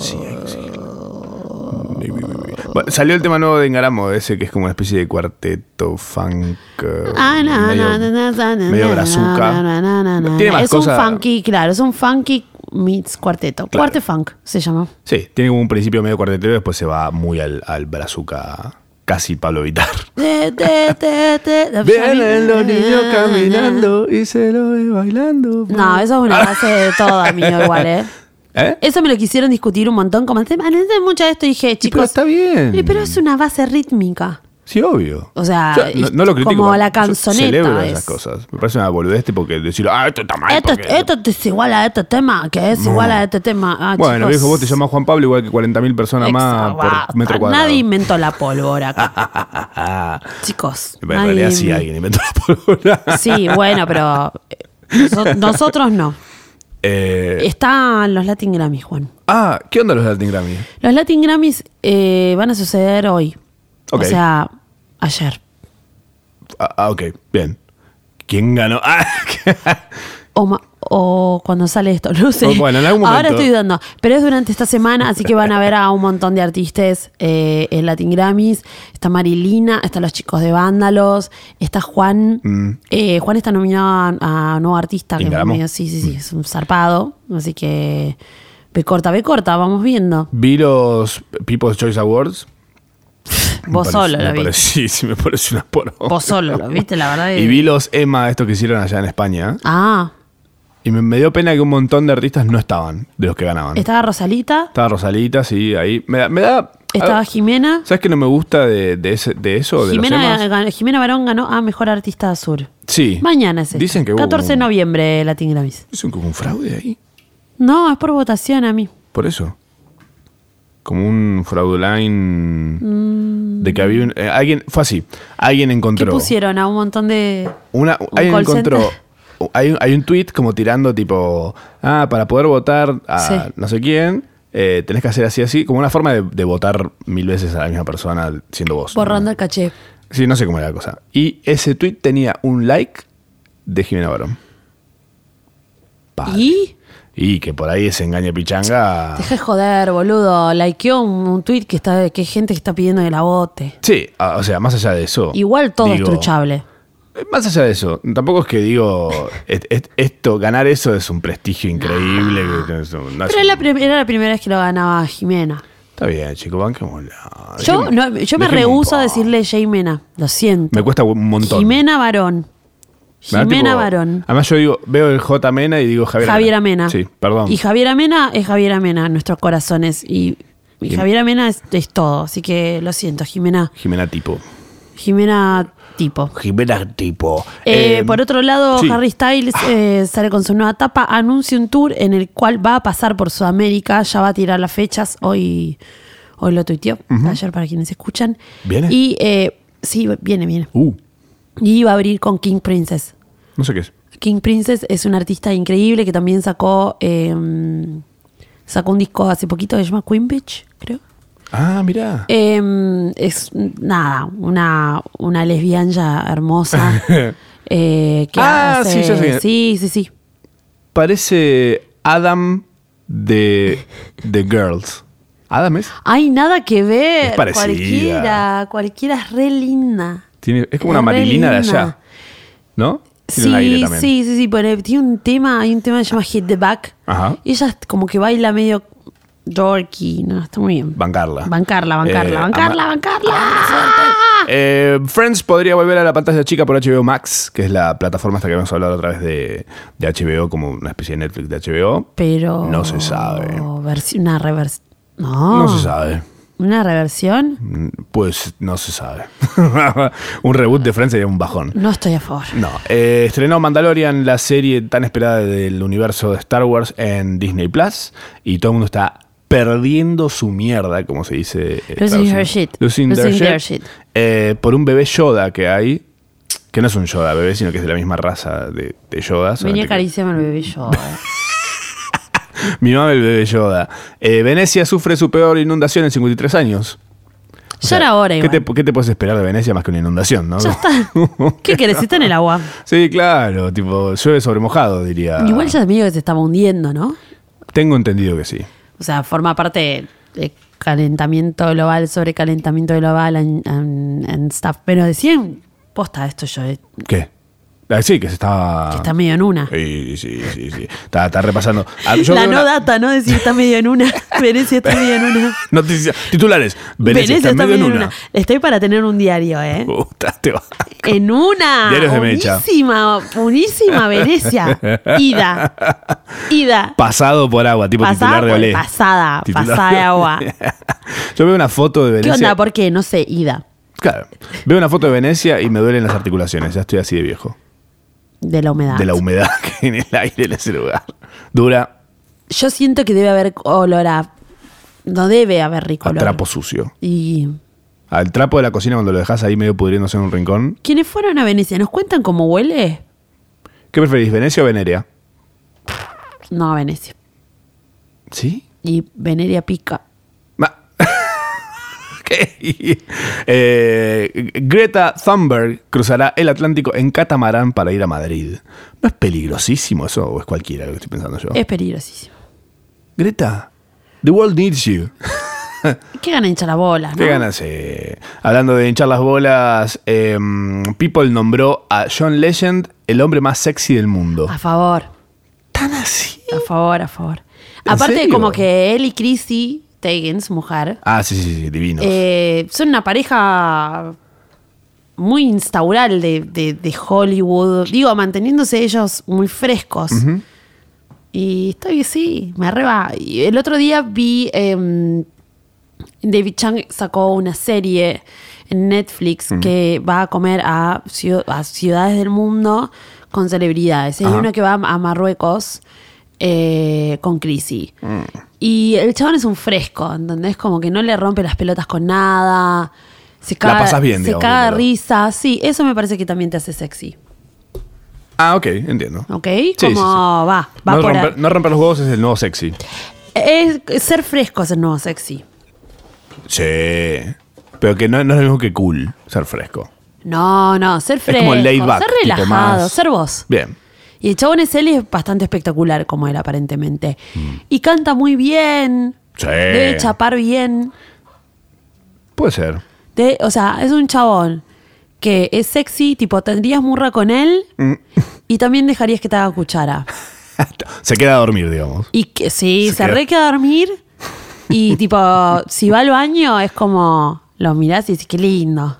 Speaker 3: Bueno, salió el tema nuevo de Engaramo, ese que es como una especie de cuarteto funk. eh,
Speaker 2: Ah, na,
Speaker 3: medio-
Speaker 2: na, na, na, na,
Speaker 3: medio
Speaker 2: na,
Speaker 3: brazuca.
Speaker 2: na, na, na, na,
Speaker 3: Tiene
Speaker 2: na.
Speaker 3: más
Speaker 2: Es
Speaker 3: cosas-
Speaker 2: un funky, claro, es un funky meets cuarteto. Cuarte funk se llama.
Speaker 3: Sí, tiene como un principio medio cuartetero, después se va muy al, al brazuca, casi Pablo Vitar.
Speaker 2: De, de, de, de, de-
Speaker 3: Vienen los niños caminando y se lo ve bailando.
Speaker 2: No, eso es una base de todo, amigo, igual, ¿eh?
Speaker 3: ¿Eh?
Speaker 2: Eso me lo quisieron discutir un montón, como "Ah, no entiendo mucho de esto, y dije, chicos.
Speaker 3: está bien.
Speaker 2: eh, Pero es una base rítmica.
Speaker 3: Sí, obvio.
Speaker 2: O sea,
Speaker 3: Yo no, no lo critico.
Speaker 2: como
Speaker 3: pa-
Speaker 2: la
Speaker 3: yo
Speaker 2: canzoneta
Speaker 3: Celebro
Speaker 2: es.
Speaker 3: esas cosas. Me parece una boludez porque decir, ah, esto está mal.
Speaker 2: Esto,
Speaker 3: porque-
Speaker 2: esto es igual a este tema, que es igual a este tema. Ah,
Speaker 3: bueno,
Speaker 2: chicos,
Speaker 3: viejo, vos te llamas Juan Pablo igual que 40.000 personas más
Speaker 2: exa- basta.
Speaker 3: por metro cuadrado.
Speaker 2: Nadie inventó la pólvora acá. chicos.
Speaker 3: En
Speaker 2: nadie-
Speaker 3: realidad sí alguien inventó la pólvora.
Speaker 2: Sí, bueno, pero eh, noso- nosotros no.
Speaker 3: Eh,
Speaker 2: Están los Latin Grammys, Juan.
Speaker 3: ah, ¿qué onda los Latin Grammy?
Speaker 2: Los Latin Grammys eh, van a suceder hoy.
Speaker 3: Ok.
Speaker 2: O sea, ayer.
Speaker 3: Ah, ah, ok, bien. ¿Quién ganó? Ah,
Speaker 2: Oma- o cuando sale esto, no sé.
Speaker 3: O bueno, en algún
Speaker 2: Ahora
Speaker 3: momento.
Speaker 2: estoy dando, pero es durante esta semana, así que van a ver a un montón de artistas eh, en Latin Grammys. Está Marilina, están los chicos de Vándalos, está Juan.
Speaker 3: Mm.
Speaker 2: Eh, Juan está nominado a, a nuevo artista, que es
Speaker 3: Ingramo.
Speaker 2: medio- sí, sí,
Speaker 3: Mm.
Speaker 2: sí, es un zarpado, así que ve corta, ve corta, vamos viendo.
Speaker 3: Vi los People's Choice Awards.
Speaker 2: Vos
Speaker 3: Me parece-
Speaker 2: solo
Speaker 3: me
Speaker 2: lo viste.
Speaker 3: parece- Sí, sí, me parece una poro.
Speaker 2: Vos solo lo viste, la verdad.
Speaker 3: Y vi los Emma, esto que hicieron allá en España.
Speaker 2: Ah,
Speaker 3: Y me, me dio pena que un montón de artistas no estaban de los que ganaban.
Speaker 2: estaba Rosalita,
Speaker 3: Estaba Rosalita, sí, ahí. Me da. Me da
Speaker 2: estaba
Speaker 3: algo-
Speaker 2: Jimena.
Speaker 3: ¿Sabes qué no me gusta de, de, ese- de eso? De los
Speaker 2: Jimena, eh,
Speaker 3: Emmas?
Speaker 2: gan- Jimena Barón ganó a Mejor Artista Sur.
Speaker 3: Sí.
Speaker 2: Mañana es esta.
Speaker 3: Dicen que hubo
Speaker 2: 14 de
Speaker 3: un-
Speaker 2: noviembre, Latin Grammys.
Speaker 3: Dicen que hubo un fraude ahí.
Speaker 2: No, es por votación a mí.
Speaker 3: Por eso. Como un frauduline.
Speaker 2: Mm.
Speaker 3: De que había un- eh, alguien. Fue así. Alguien
Speaker 2: ¿Qué
Speaker 3: encontró.
Speaker 2: pusieron a un montón de...
Speaker 3: Una,
Speaker 2: Un
Speaker 3: alguien
Speaker 2: call
Speaker 3: encontró.
Speaker 2: center.
Speaker 3: Hay, hay un tweet como tirando tipo. Ah, para poder votar a
Speaker 2: Sí.
Speaker 3: no sé quién. eh, tenés que hacer así, así, como una forma de, de votar mil veces a la misma persona siendo vos.
Speaker 2: Borrando el caché.
Speaker 3: Sí, no sé cómo era la cosa. Y ese tweet tenía un like de Jimena Barón. Padre.
Speaker 2: ¿Y?
Speaker 3: Y que por ahí ese engaña pichanga.
Speaker 2: Deja de joder, boludo. Likeó un, un tweet que está que hay gente que está pidiendo que la vote.
Speaker 3: Sí, ah, o sea, más allá de eso.
Speaker 2: Igual todo es
Speaker 3: digo,
Speaker 2: truchable.
Speaker 3: Eh, Más allá de eso, tampoco es que digo. et- et- esto, ganar eso es un prestigio increíble. que no es un- no es
Speaker 2: Pero es la
Speaker 3: un-
Speaker 2: prim- era la primera vez que lo ganaba Jimena.
Speaker 3: Está bien, chico, banquémosla.
Speaker 2: Yo,
Speaker 3: Dejemos-
Speaker 2: no, yo me
Speaker 3: dejemos
Speaker 2: rehúso a
Speaker 3: un po-
Speaker 2: decirle Jimena. Lo siento.
Speaker 3: Me cuesta un montón.
Speaker 2: Jimena Barón.
Speaker 3: Me da tipo-
Speaker 2: Jimena Barón.
Speaker 3: Además, yo digo, veo el J Mena y digo Javier,
Speaker 2: Javier Amena.
Speaker 3: Sí, perdón.
Speaker 2: Y Javier Amena es Javier Amena en nuestros corazones. Y, y
Speaker 3: Bien.
Speaker 2: Javier Amena es, es todo. Así que lo siento, Jimena.
Speaker 3: Jimena Tipo.
Speaker 2: Jimena tipo.
Speaker 3: Jimena Tipo.
Speaker 2: Eh,
Speaker 3: Eh,
Speaker 2: por otro lado,
Speaker 3: sí.
Speaker 2: Harry Styles eh, sale con su nueva tapa, anuncia un tour en el cual va a pasar por Sudamérica, ya va a tirar las fechas, hoy, hoy lo tuiteó, ayer para quienes escuchan.
Speaker 3: ¿Viene?
Speaker 2: Y eh, sí, viene, viene.
Speaker 3: Uh,
Speaker 2: Y va a abrir con King Princess.
Speaker 3: no sé qué es.
Speaker 2: King Princess es un artista increíble que también sacó eh, sacó un disco hace poquito que se llama Queen Beach, creo.
Speaker 3: Ah, mirá.
Speaker 2: Eh, es nada, una, una lesbiana hermosa. eh, que
Speaker 3: Ah,
Speaker 2: hace-
Speaker 3: sí, ya sé.
Speaker 2: sí, sí, sí.
Speaker 3: Parece Adam de The Girls. ¿Adam es?
Speaker 2: Hay nada que ver.
Speaker 3: Es parecida.
Speaker 2: Cualquiera, cualquiera es re linda.
Speaker 3: Tiene, es como una
Speaker 2: Es re
Speaker 3: marilina de
Speaker 2: linda.
Speaker 3: allá. ¿No? Tiene
Speaker 2: Sí,
Speaker 3: un aire también.
Speaker 2: sí, sí, sí, pero tiene un tema, hay un tema que se llama Hit the Back.
Speaker 3: Ajá.
Speaker 2: Y ella como que baila medio dorky, no, está muy bien.
Speaker 3: Bancarla.
Speaker 2: Bancarla, bancarla,
Speaker 3: Eh,
Speaker 2: bancarla,
Speaker 3: ama-
Speaker 2: bancarla.
Speaker 3: Eh, Friends podría volver a la pantalla chica por HBO Max, que es la plataforma hasta que habíamos hablado a través de, de HBO, como una especie de Netflix de HBO.
Speaker 2: Pero.
Speaker 3: No se sabe.
Speaker 2: versi- Una reversión. No.
Speaker 3: No se sabe.
Speaker 2: ¿Una reversión?
Speaker 3: Mm, Pues no se sabe. un reboot de Friends sería un bajón.
Speaker 2: No estoy a favor.
Speaker 3: No, eh, estrenó Mandalorian, la serie tan esperada del universo de Star Wars en Disney Plus, y todo el mundo está perdiendo su mierda, como se dice. eh,
Speaker 2: Losing
Speaker 3: traduciendo.
Speaker 2: her shit.
Speaker 3: Losing their
Speaker 2: Losing
Speaker 3: shit.
Speaker 2: their shit.
Speaker 3: Eh, por un bebé Yoda que hay, que no es un Yoda bebé, sino que es de la misma raza de, de Yoda.
Speaker 2: Venía
Speaker 3: solamente que-
Speaker 2: carísima el bebé yo. eh.
Speaker 3: Mi mamá el bebé Yoda. Eh, Venecia sufre su peor inundación en 53 años. O
Speaker 2: Ya
Speaker 3: sea,
Speaker 2: era hora
Speaker 3: ¿qué
Speaker 2: igual.
Speaker 3: te, ¿Qué te puedes esperar de Venecia más que una inundación, no?
Speaker 2: Ya está. ¿Qué querés? Está en el agua.
Speaker 3: Sí, claro, tipo, llueve sobre mojado, diría.
Speaker 2: Igual ya medio que se estaba hundiendo, ¿no?
Speaker 3: Tengo entendido que sí.
Speaker 2: O sea, forma parte de calentamiento global, sobrecalentamiento global and, and- and stuff. Pero decían, posta, esto yo. eh,
Speaker 3: ¿Qué? Ah, sí, que se estaba.
Speaker 2: Está medio en una.
Speaker 3: Sí, sí, sí, sí. Está, está repasando. Ah, yo
Speaker 2: La
Speaker 3: veo
Speaker 2: no
Speaker 3: una-
Speaker 2: data, ¿no? Decir está medio en una. Venecia está medio en una.
Speaker 3: Noticias. Titulares. Venecia, está, medio en una.
Speaker 2: Estoy para tener un diario, ¿eh?
Speaker 3: Puta, te va.
Speaker 2: En una.
Speaker 3: Diarios de Mecha.
Speaker 2: buenísima, buenísima Venecia. Ida. Ida.
Speaker 3: Pasado por agua, tipo
Speaker 2: Pasada,
Speaker 3: titular de
Speaker 2: por-
Speaker 3: Olé.
Speaker 2: pasada,
Speaker 3: Titular
Speaker 2: pasada de agua.
Speaker 3: Yo veo una foto de
Speaker 2: ¿Qué
Speaker 3: Venecia.
Speaker 2: onda? ¿Por qué? No sé, Ida.
Speaker 3: Claro. Veo una foto de Venecia y me duelen las articulaciones. Ya estoy así de viejo.
Speaker 2: De la humedad.
Speaker 3: De la humedad que hay en el aire en ese lugar. Dura
Speaker 2: Yo siento que debe haber olor a. No debe haber rico
Speaker 3: a
Speaker 2: olor.
Speaker 3: trapo sucio.
Speaker 2: Y.
Speaker 3: Al trapo de la cocina cuando lo dejas ahí medio pudriéndose en un rincón.
Speaker 2: ¿Quiénes fueron a Venecia? ¿Nos cuentan cómo huele?
Speaker 3: ¿Qué preferís, Venecia o Veneria?
Speaker 2: No, a Venecia.
Speaker 3: ¿Sí?
Speaker 2: Y Veneria pica.
Speaker 3: Ma- ok. Eh, Greta Thunberg cruzará el Atlántico en catamarán para ir a Madrid. ¿No es peligrosísimo eso o es cualquiera lo que estoy pensando yo?
Speaker 2: Es peligrosísimo.
Speaker 3: Greta, the world needs you.
Speaker 2: ¿Qué gana hinchar la bola? ¿no?
Speaker 3: Qué ganas. eh. Hablando de hinchar las bolas, eh, People nombró a John Legend el hombre más sexy del mundo.
Speaker 2: A favor,
Speaker 3: ¿Tan así?
Speaker 2: a favor, a favor.
Speaker 3: ¿En
Speaker 2: Aparte,
Speaker 3: serio?
Speaker 2: como que él y Chrissy Teigen, su mujer,
Speaker 3: Ah, sí, sí, sí, divino.
Speaker 2: eh, son una pareja muy instaural de, de- de Hollywood. Digo, manteniéndose ellos muy frescos. Y estoy, sí, me arreba. Y el otro día vi. em, David Chang sacó una serie en Netflix que va a comer a, ciu- a ciudades del mundo con celebridades. Hay
Speaker 3: Ajá.
Speaker 2: uno que va a Marruecos eh, con Chrissy.
Speaker 3: Mm.
Speaker 2: Y el chabón es un fresco, ¿entendés? Como que no le rompe las pelotas con nada. Se caga,
Speaker 3: pasas bien,
Speaker 2: se
Speaker 3: digamos,
Speaker 2: caga de
Speaker 3: viéndolo.
Speaker 2: risa. Sí, eso me parece que también te hace sexy.
Speaker 3: ah, ok, entiendo.
Speaker 2: ¿Ok?
Speaker 3: Sí, sí,
Speaker 2: Como
Speaker 3: sí.
Speaker 2: va, va
Speaker 3: no,
Speaker 2: por ahí.
Speaker 3: romper, no romper los huevos es el nuevo sexy.
Speaker 2: Es- ser fresco es el nuevo sexy.
Speaker 3: Sí. Pero que no, no es lo mismo que cool, ser fresco.
Speaker 2: No, no, ser
Speaker 3: Es
Speaker 2: fresco.
Speaker 3: como laid back.
Speaker 2: ser
Speaker 3: tipo
Speaker 2: relajado,
Speaker 3: más-
Speaker 2: ser vos.
Speaker 3: Bien.
Speaker 2: Y el chabón es él y es bastante espectacular como él aparentemente. Y canta muy bien.
Speaker 3: Mm. Sí.
Speaker 2: Debe chapar bien.
Speaker 3: Puede ser.
Speaker 2: de- o sea, es un chabón que es sexy, tipo, tendrías murra con él
Speaker 3: Mm.
Speaker 2: y también dejarías que te haga cuchara.
Speaker 3: Se queda a dormir, digamos.
Speaker 2: Y que sí,
Speaker 3: Se
Speaker 2: se,
Speaker 3: queda-
Speaker 2: re queda a dormir y tipo, si va al baño es como, lo mirás y dices, qué lindo.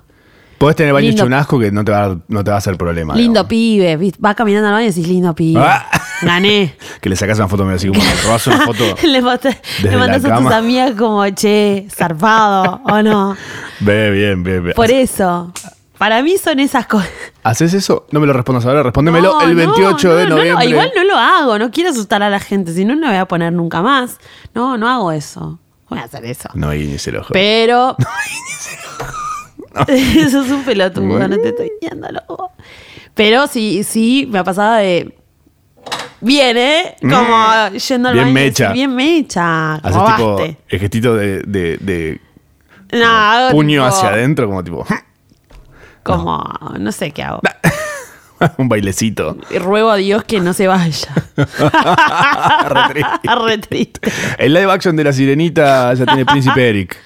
Speaker 3: Podés tener baño
Speaker 2: Lindo.
Speaker 3: hecho un asco que no te va a, no te va a hacer problema.
Speaker 2: Lindo
Speaker 3: digamos.
Speaker 2: pibe, ¿viste? vas caminando al baño y decís, lindo pibe.
Speaker 3: Ah.
Speaker 2: Gané.
Speaker 3: Que le sacas una foto medio así como le robás una foto.
Speaker 2: le mandás,
Speaker 3: desde
Speaker 2: le
Speaker 3: la
Speaker 2: mandás a tus
Speaker 3: cama.
Speaker 2: amigas como, che, zarpado, o no.
Speaker 3: Ve, bien, bien, bien.
Speaker 2: Por e- eso. Para mí son esas cosas.
Speaker 3: ¿Haces eso? No me lo respondas ahora, respóndemelo
Speaker 2: No,
Speaker 3: el
Speaker 2: no,
Speaker 3: 28
Speaker 2: no,
Speaker 3: de
Speaker 2: no lo-
Speaker 3: noviembre.
Speaker 2: igual no lo hago, no quiero asustar a la gente, si no, no voy a poner nunca más. No, no hago eso. Voy a hacer eso.
Speaker 3: No guiñes el ojo.
Speaker 2: Pero. Eso es un pelotudo, no te estoy guiando loco. Pero sí, sí, me ha pasado de. Bien, ¿eh? Como yendo al
Speaker 3: Mm. Bien
Speaker 2: baño y
Speaker 3: mecha.
Speaker 2: decir, Bien mecha.
Speaker 3: Haces
Speaker 2: como
Speaker 3: tipo
Speaker 2: baste.
Speaker 3: el gestito de, de- de
Speaker 2: No, hago
Speaker 3: puño
Speaker 2: Ah, tipo-
Speaker 3: hacia adentro, como tipo
Speaker 2: Como, no. sé qué hago.
Speaker 3: un bailecito.
Speaker 2: Y Ruego a Dios que no se vaya.
Speaker 3: Re triste.
Speaker 2: Re triste.
Speaker 3: El live action de la sirenita ya tiene Príncipe Eric.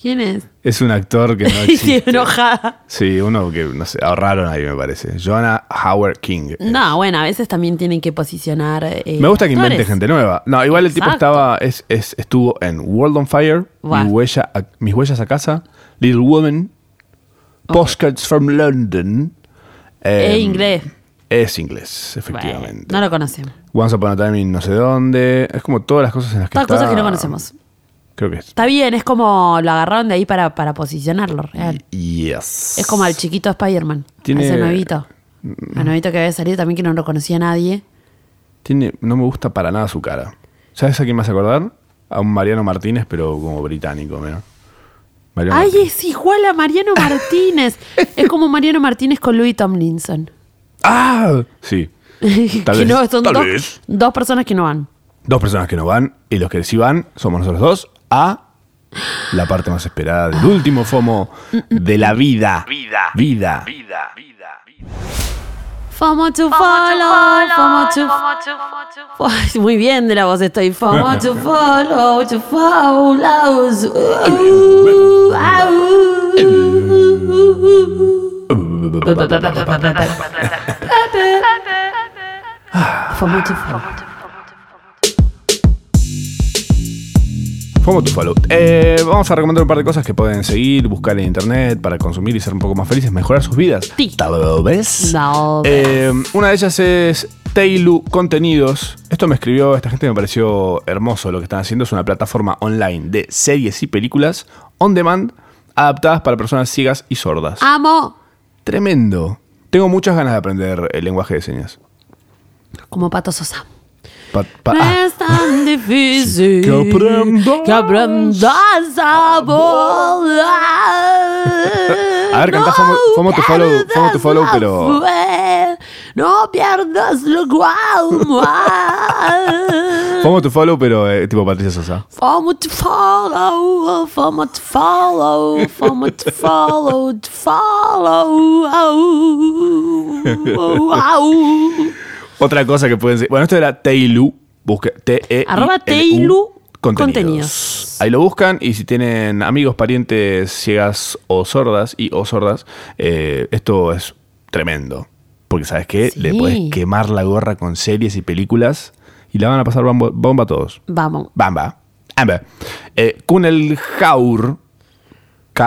Speaker 2: ¿Quién es?
Speaker 3: Es un actor que no
Speaker 2: Y se
Speaker 3: existe.
Speaker 2: enojada.
Speaker 3: Sí, uno que no sé, ahorraron ahí, me parece. Jonah Howard King.
Speaker 2: No, bueno, a veces también tienen que posicionar. eh,
Speaker 3: Me gusta que invente
Speaker 2: actores.
Speaker 3: gente nueva. No, igual el tipo
Speaker 2: Exacto.
Speaker 3: estaba, es, es- estuvo en World on Fire,
Speaker 2: Buah.
Speaker 3: Mi huella a- Mis huellas a casa, Little Woman, Postcards from London.
Speaker 2: Es
Speaker 3: Em,
Speaker 2: Eh, inglés.
Speaker 3: Es inglés,
Speaker 2: Bueno,
Speaker 3: efectivamente.
Speaker 2: no lo conocemos.
Speaker 3: Once Upon a Time in no sé dónde. Es como todas las cosas en las que
Speaker 2: Todas
Speaker 3: está-
Speaker 2: cosas que no conocemos.
Speaker 3: Creo que es.
Speaker 2: Está bien, es como lo agarraron de ahí para, para posicionarlo, real.
Speaker 3: Yes.
Speaker 2: Es como al chiquito Spider-Man,
Speaker 3: Tiene- Mm.
Speaker 2: ese nuevito. El nuevito que había salido también que no lo conocía nadie.
Speaker 3: Tiene, no me gusta para nada su cara. ¿Sabes a quién me vas a acordar? A un Mariano Martínez, pero como británico, mira. Mariano
Speaker 2: ¡Ay,
Speaker 3: Martínez.
Speaker 2: es igual a Mariano Martínez! es como Mariano Martínez con Louis Tomlinson.
Speaker 3: ¡Ah! Sí. Tal
Speaker 2: que
Speaker 3: vez,
Speaker 2: no, son
Speaker 3: tal
Speaker 2: dos,
Speaker 3: vez.
Speaker 2: dos personas que no van.
Speaker 3: Dos personas que no van, y los que sí van, somos nosotros dos, a la parte más esperada del último FOMO de la vida. Vida. Vida.
Speaker 2: FOMO to follow, FOMO to... Ay, Muy bien de la voz estoy. FOMO to follow, to follow. au, au. FOMO to follow.
Speaker 3: FOMO to follow. Eh, vamos a recomendar un par de cosas que pueden seguir, buscar en internet para consumir y ser un poco más felices, mejorar sus vidas.
Speaker 2: Sí.
Speaker 3: Tal vez.
Speaker 2: No.
Speaker 3: Eh, una de ellas es Teilu Contenidos. Esto me escribió esta gente, me pareció hermoso lo que están haciendo. Es una plataforma online de series y películas on demand adaptadas para personas ciegas y sordas.
Speaker 2: Ah. Amo
Speaker 3: Tremendo. Tengo muchas ganas de aprender el lenguaje de señas.
Speaker 2: como Pato Sosa.
Speaker 3: Pa- pa-
Speaker 2: No
Speaker 3: ah,
Speaker 2: es tan é difícil
Speaker 3: Que aprendas
Speaker 2: que aprendas a volar.
Speaker 3: A ver, cantá Fomo- Fomo to follow- Fomo to follow,
Speaker 2: Fue
Speaker 3: pero-
Speaker 2: ver. No pierdas lo cual.
Speaker 3: Pongo tu ah, follow, pero eh, tipo Patricia Sosa.
Speaker 2: Fomo to follow, fomo to follow, fomo to follow, to follow. Au, au, au.
Speaker 3: Otra cosa que pueden ser. Bueno, esto era Teilu. Busque, T -E
Speaker 2: Arroba Teilu Contenidos.
Speaker 3: Ahí lo buscan y si tienen amigos, parientes ciegas o sordas y o sordas, eh, esto es tremendo. Porque sabes qué?
Speaker 2: Sí.
Speaker 3: Le puedes quemar la gorra con series y películas y la van a pasar bomba, bomba a todos.
Speaker 2: Vamos.
Speaker 3: Bamba. Amber. Eh, Kunel Jaur.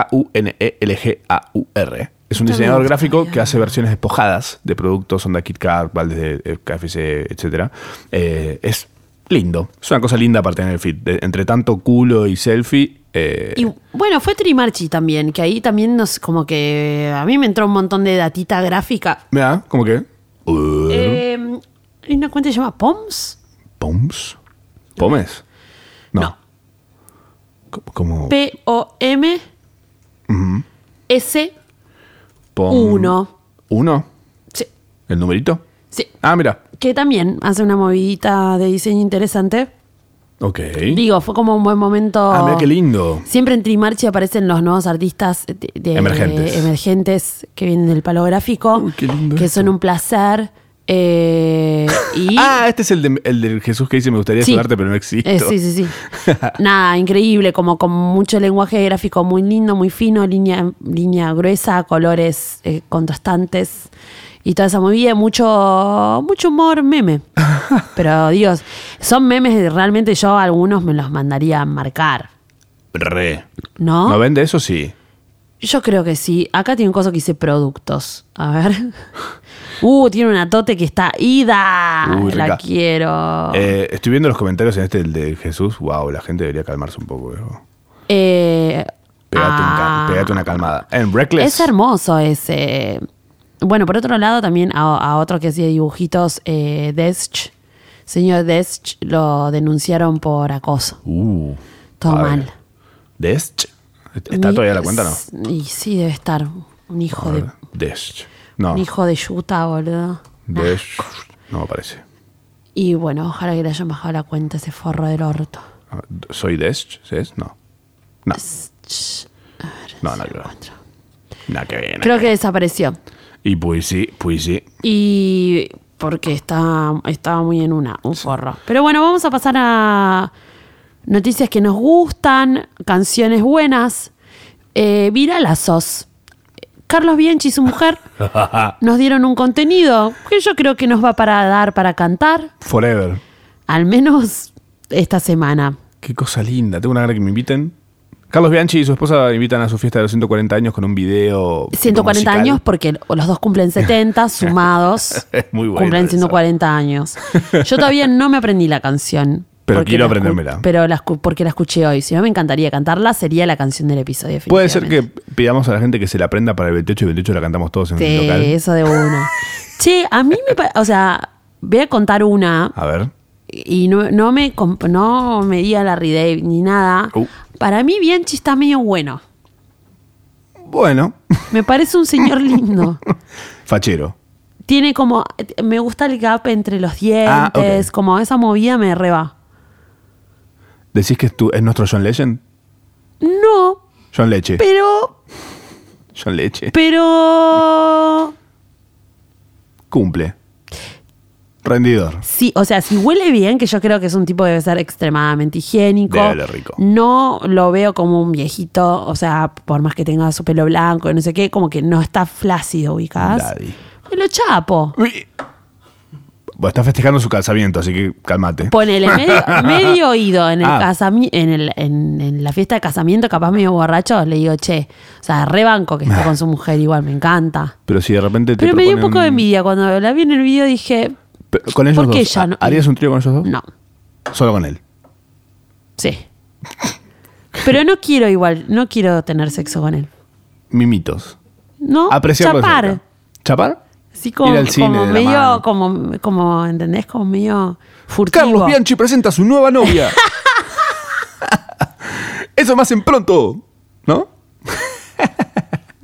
Speaker 3: E K-U-N-E-L-G-A-U-R. Es un
Speaker 2: Esto
Speaker 3: diseñador
Speaker 2: me gusta,
Speaker 3: gráfico
Speaker 2: mira.
Speaker 3: que hace versiones despojadas de productos Onda Kit Kat, baldes de eh, KFC, etc. Eh, es lindo. Es una cosa linda para tener el feed. De- entre tanto culo y selfie. eh,
Speaker 2: Y bueno, fue Trimarchi también, que ahí también nos, como que a mí me entró un montón de datita gráfica.
Speaker 3: Mira, como que. Uh,
Speaker 2: Eh, hay una cuenta que se llama POMS.
Speaker 3: ¿Poms? ¿Pomes? No.
Speaker 2: No.
Speaker 3: Co- Como.
Speaker 2: P-O-M S.
Speaker 3: pom-
Speaker 2: uno.
Speaker 3: ¿Uno?
Speaker 2: Sí,
Speaker 3: ¿El numerito?
Speaker 2: sí.
Speaker 3: Ah, mira.
Speaker 2: Que también hace una movidita de diseño interesante.
Speaker 3: Ok.
Speaker 2: Digo, fue como un buen momento.
Speaker 3: Ah, mira qué lindo.
Speaker 2: Siempre en Trimarchi aparecen los nuevos artistas de- de-
Speaker 3: Emergentes.
Speaker 2: emergentes que vienen del palo gráfico,
Speaker 3: Uy, qué lindo
Speaker 2: que
Speaker 3: esto.
Speaker 2: son un placer. eh, y
Speaker 3: Ah, este es el de, el de Jesús que dice me gustaría
Speaker 2: Sí.
Speaker 3: saludarte, pero no existe.
Speaker 2: Eh, sí, sí, sí. Nada, increíble, como con mucho lenguaje gráfico muy lindo, muy fino, línea, línea gruesa, colores eh, contrastantes y toda esa movida, mucho, mucho humor meme. Pero Dios, son memes que realmente yo a algunos me los mandaría a marcar,
Speaker 3: Re.
Speaker 2: ¿no?
Speaker 3: ¿No vende eso? Sí.
Speaker 2: Yo creo que sí. Acá tiene un coso que dice productos. A ver. Uh, tiene una tote que está ida.
Speaker 3: Uy,
Speaker 2: La
Speaker 3: rica.
Speaker 2: quiero.
Speaker 3: Eh, estoy viendo los comentarios en este el de Jesús. Wow, la gente debería calmarse un poco. viejo.
Speaker 2: Eh,
Speaker 3: Pégate, un
Speaker 2: ah.
Speaker 3: ca- pégate una calmada. En Reckless.
Speaker 2: Es hermoso ese. Bueno, por otro lado, también a, a otro que hacía dibujitos, eh, Desch, señor Desch, lo denunciaron por acoso.
Speaker 3: Uh,
Speaker 2: Todo
Speaker 3: a ver.
Speaker 2: mal.
Speaker 3: Desch. ¿Está
Speaker 2: Mi-
Speaker 3: todavía la cuenta no?
Speaker 2: Y sí, debe estar. Un hijo
Speaker 3: A
Speaker 2: de.
Speaker 3: ver, Desch. No.
Speaker 2: Un hijo Ah. de yuta, boludo.
Speaker 3: Desch. No me aparece.
Speaker 2: Y bueno, ojalá que le hayan bajado la cuenta ese forro del orto.
Speaker 3: A ver, ¿Soy Desch? ¿Sí es? No. No.
Speaker 2: Ch-
Speaker 3: No, no creo. No, que bien.
Speaker 2: Creo que desapareció.
Speaker 3: Y pues sí, pues sí.
Speaker 2: Y porque está, estaba muy en una, un forro. Pero bueno, vamos a pasar a noticias que nos gustan, canciones buenas, eh, viralazos. Carlos Bianchi y su mujer nos dieron un contenido que yo creo que nos va para dar para cantar,
Speaker 3: Forever.
Speaker 2: al menos esta semana.
Speaker 3: Qué cosa linda. Tengo una gana que me inviten. Carlos Bianchi y su esposa invitan a su fiesta de los 140 años con un video. tipo
Speaker 2: 140
Speaker 3: musical.
Speaker 2: años porque los dos cumplen 70 sumados.
Speaker 3: Es muy bueno
Speaker 2: Cumplen
Speaker 3: eso.
Speaker 2: 140 años. Yo todavía no me aprendí la canción.
Speaker 3: Pero
Speaker 2: porque
Speaker 3: quiero
Speaker 2: la escu-
Speaker 3: aprendérmela.
Speaker 2: Pero la escu- porque la escuché hoy. Si no me encantaría cantarla, sería la canción del episodio.
Speaker 3: Puede ser que
Speaker 2: definitivamente.
Speaker 3: pidamos a la gente que se la aprenda para el 28 y 28 la cantamos todos en el
Speaker 2: Sí,
Speaker 3: local.
Speaker 2: eso de una. che, a mí me pa- O sea, voy a contar una
Speaker 3: A ver.
Speaker 2: y no, no me comp- no me di a la Dave ni nada.
Speaker 3: Uh.
Speaker 2: Para mí, Bianchi está medio bueno.
Speaker 3: Bueno,
Speaker 2: Me parece un señor lindo.
Speaker 3: fachero.
Speaker 2: Tiene como. Me gusta el gap entre los dientes.
Speaker 3: Ah, ok.
Speaker 2: Como esa movida me reba.
Speaker 3: ¿Decís que es, tu- es nuestro John Legend?
Speaker 2: No,
Speaker 3: John Leche.
Speaker 2: pero.
Speaker 3: John Leche.
Speaker 2: Pero.
Speaker 3: Cumple. Rendidor.
Speaker 2: Sí, o sea, si huele bien, que yo creo que es un tipo que debe ser extremadamente higiénico.
Speaker 3: Debe oler rico.
Speaker 2: No lo veo como un viejito. O sea, por más que tenga su pelo blanco y no sé qué, como que no está flácido, ubicadas.
Speaker 3: Daddy.
Speaker 2: Me lo chapo.
Speaker 3: Uy. Bueno, está festejando su calzamiento, así que cálmate.
Speaker 2: Ponele medio, medio oído en, el
Speaker 3: Ah.
Speaker 2: casami- en, el- en- en la fiesta de casamiento, capaz medio borracho, le digo, che, o sea, rebanco que está con su mujer igual, me encanta.
Speaker 3: Pero si de repente te
Speaker 2: Pero me dio un
Speaker 3: proponen
Speaker 2: poco de envidia cuando la vi en el video, dije,
Speaker 3: Pero con ellos
Speaker 2: ¿Por qué
Speaker 3: dos.
Speaker 2: ella no?
Speaker 3: ¿Harías un trío con ellos dos?
Speaker 2: no,
Speaker 3: Solo con él.
Speaker 2: sí. Pero no quiero igual, no quiero tener sexo con él.
Speaker 3: Mimitos.
Speaker 2: No,
Speaker 3: Apreciarlo de
Speaker 2: chapar.
Speaker 3: cerca. ¿Chapar?
Speaker 2: Así como,
Speaker 3: Ir al cine
Speaker 2: como
Speaker 3: de la
Speaker 2: medio,
Speaker 3: mano.
Speaker 2: como, como, ¿entendés? Como medio furtivo.
Speaker 3: Carlos Bianchi presenta a su nueva novia. Eso más en pronto, ¿no?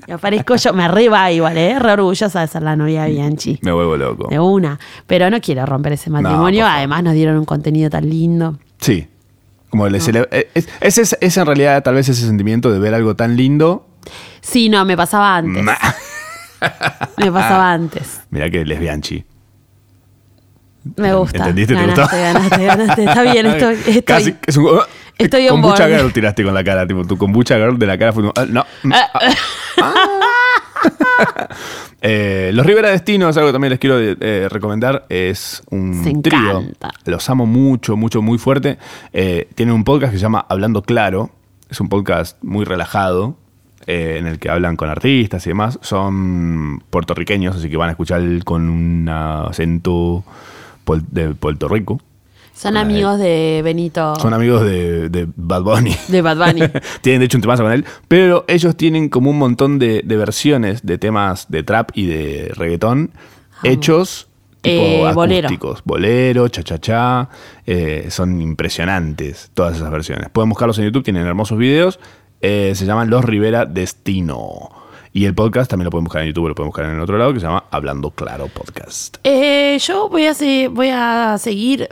Speaker 2: Y aparezco yo, me re va igual, ¿eh? Re orgullosa de ser la novia de Bianchi.
Speaker 3: Me vuelvo loco.
Speaker 2: De una. Pero no quiero romper ese matrimonio.
Speaker 3: por favor.
Speaker 2: Además, nos dieron un contenido tan lindo.
Speaker 3: Sí. Como le cele- eh, es, es, es- es en realidad tal vez ese sentimiento de ver algo tan lindo.
Speaker 2: Sí, no, me pasaba antes. Me
Speaker 3: Ah.
Speaker 2: pasaba antes.
Speaker 3: Mira que lesbianchi.
Speaker 2: Me gusta.
Speaker 3: ¿Entendiste? ¿Te
Speaker 2: ganaste,
Speaker 3: gustó?
Speaker 2: Ganaste, ganaste. Está bien, estoy. estoy.
Speaker 3: Casi es un,
Speaker 2: Estoy on
Speaker 3: kombucha
Speaker 2: board.
Speaker 3: girl tiraste con la cara, tipo tu kombucha girl de la cara fue como, ah, no. mm,
Speaker 2: Ah.
Speaker 3: ah, ah. Eh, los Rivera Destinos, algo que también les quiero eh, recomendar, es un
Speaker 2: Se
Speaker 3: trío.
Speaker 2: encanta.
Speaker 3: Los amo mucho, mucho, muy fuerte. Eh, tienen un podcast que se llama Hablando Claro. Es un podcast muy relajado eh, en el que hablan con artistas y demás. Son puertorriqueños, así que van a escuchar con un acento pol- de Puerto Rico.
Speaker 2: Son amigos de Benito.
Speaker 3: Son amigos de, de Bad Bunny.
Speaker 2: De Bad Bunny.
Speaker 3: tienen, de hecho, un temazo con él. Pero ellos tienen como un montón de, de versiones de temas de trap y de reggaetón hechos tipo
Speaker 2: Eh, bolero.
Speaker 3: acústicos. Bolero, cha-cha-cha. eh, son impresionantes todas esas versiones. Pueden buscarlos en YouTube, tienen hermosos videos. eh, se llaman Los Rivera Destino. Y el podcast también lo pueden buscar en YouTube, lo pueden buscar en el otro lado, que se llama Hablando Claro Podcast.
Speaker 2: Eh, yo voy a, se- voy a seguir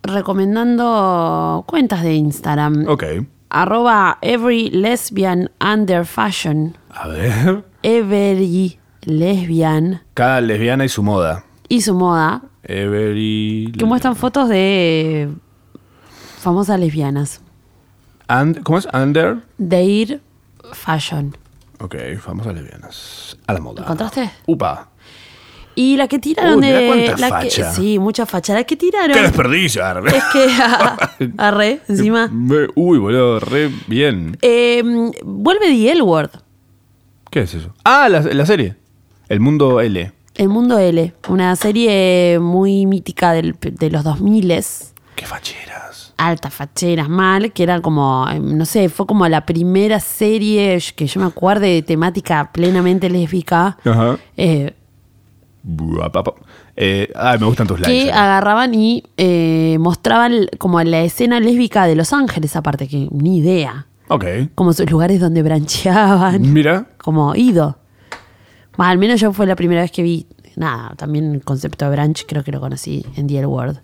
Speaker 2: recomendando cuentas de Instagram.
Speaker 3: Ok.
Speaker 2: Arroba every lesbian under fashion.
Speaker 3: A ver.
Speaker 2: Every lesbian
Speaker 3: Cada lesbiana y su moda.
Speaker 2: y su moda.
Speaker 3: Every.
Speaker 2: Que muestran fotos de eh, famosas lesbianas.
Speaker 3: And- ¿Cómo es? Under.
Speaker 2: De ir fashion.
Speaker 3: Ok, famosas lesbianas. A la moda.
Speaker 2: ¿Encontraste?
Speaker 3: Upa.
Speaker 2: Y la que tiraron
Speaker 3: Uy, mirá
Speaker 2: de.
Speaker 3: cuánta
Speaker 2: La que,
Speaker 3: facha.
Speaker 2: sí, mucha facha. La que tiraron.
Speaker 3: ¡Qué desperdicio! Arre.
Speaker 2: Es que. Arre, encima.
Speaker 3: Me- Uy, boludo, re bien.
Speaker 2: Eh, vuelve The L Word.
Speaker 3: ¿Qué es eso? Ah, la, la serie. El mundo L.
Speaker 2: El Mundo L. Una serie muy mítica del- de los 2000
Speaker 3: ¡Qué facheras!
Speaker 2: altas facheras mal, que era como, eh, no sé, fue como la primera serie que yo me acuerde de temática plenamente lésbica,
Speaker 3: Ajá.
Speaker 2: eh,
Speaker 3: Buah, pa, pa. Eh, ay, me gustan tus likes.
Speaker 2: que
Speaker 3: Ari.
Speaker 2: agarraban y eh, mostraban como la escena lésbica de Los Ángeles, aparte que ni idea,
Speaker 3: Ok.
Speaker 2: como sus lugares donde brancheaban,
Speaker 3: Mira.
Speaker 2: como ido. Bueno, al menos yo fue la primera vez que vi, nada, también el concepto de branch creo que lo conocí en DL World.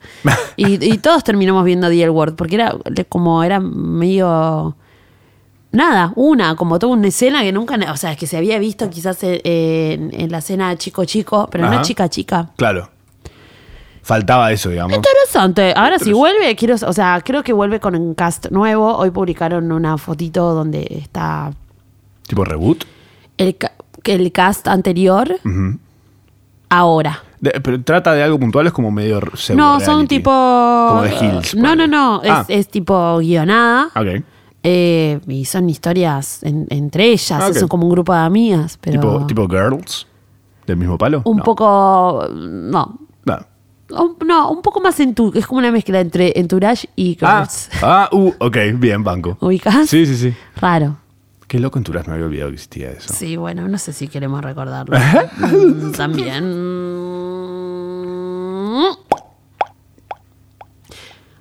Speaker 2: y, y todos terminamos viendo DL World, porque era le- como era medio... Nada, una, como toda una escena que nunca, o sea, que se había visto quizás eh, en, en la escena chico chico, pero
Speaker 3: Ajá.
Speaker 2: no chica chica.
Speaker 3: Claro. Faltaba eso, digamos.
Speaker 2: Interesante. Ahora si vuelve, quiero, o sea, creo que vuelve con un cast nuevo. Hoy publicaron una fotito donde está
Speaker 3: Tipo reboot.
Speaker 2: el, ca- el cast anterior. Ahora.
Speaker 3: De- pero trata de algo puntual, es como medio pseudo
Speaker 2: No, son
Speaker 3: reality.
Speaker 2: tipo.
Speaker 3: Como de Hills.
Speaker 2: No, no,
Speaker 3: ponele.
Speaker 2: no. Es,
Speaker 3: Ah,
Speaker 2: es tipo guionada.
Speaker 3: ok.
Speaker 2: Eh, y son historias en- entre ellas.
Speaker 3: Ah, ok.
Speaker 2: Son como un grupo de amigas. Pero
Speaker 3: Tipo, tipo girls. ¿Del mismo palo?
Speaker 2: un
Speaker 3: No.
Speaker 2: poco. No.
Speaker 3: No.
Speaker 2: Un- no, un poco más en tu. Es como una mezcla entre Entourage y
Speaker 3: Ah,
Speaker 2: Girls.
Speaker 3: ah, uh, ok, bien, banco.
Speaker 2: ¿Ubicás?
Speaker 3: Sí, sí, sí.
Speaker 2: Raro.
Speaker 3: Qué loco en Turás, me había olvidado que existía eso.
Speaker 2: Sí, bueno, no sé si queremos recordarlo. Mm, También.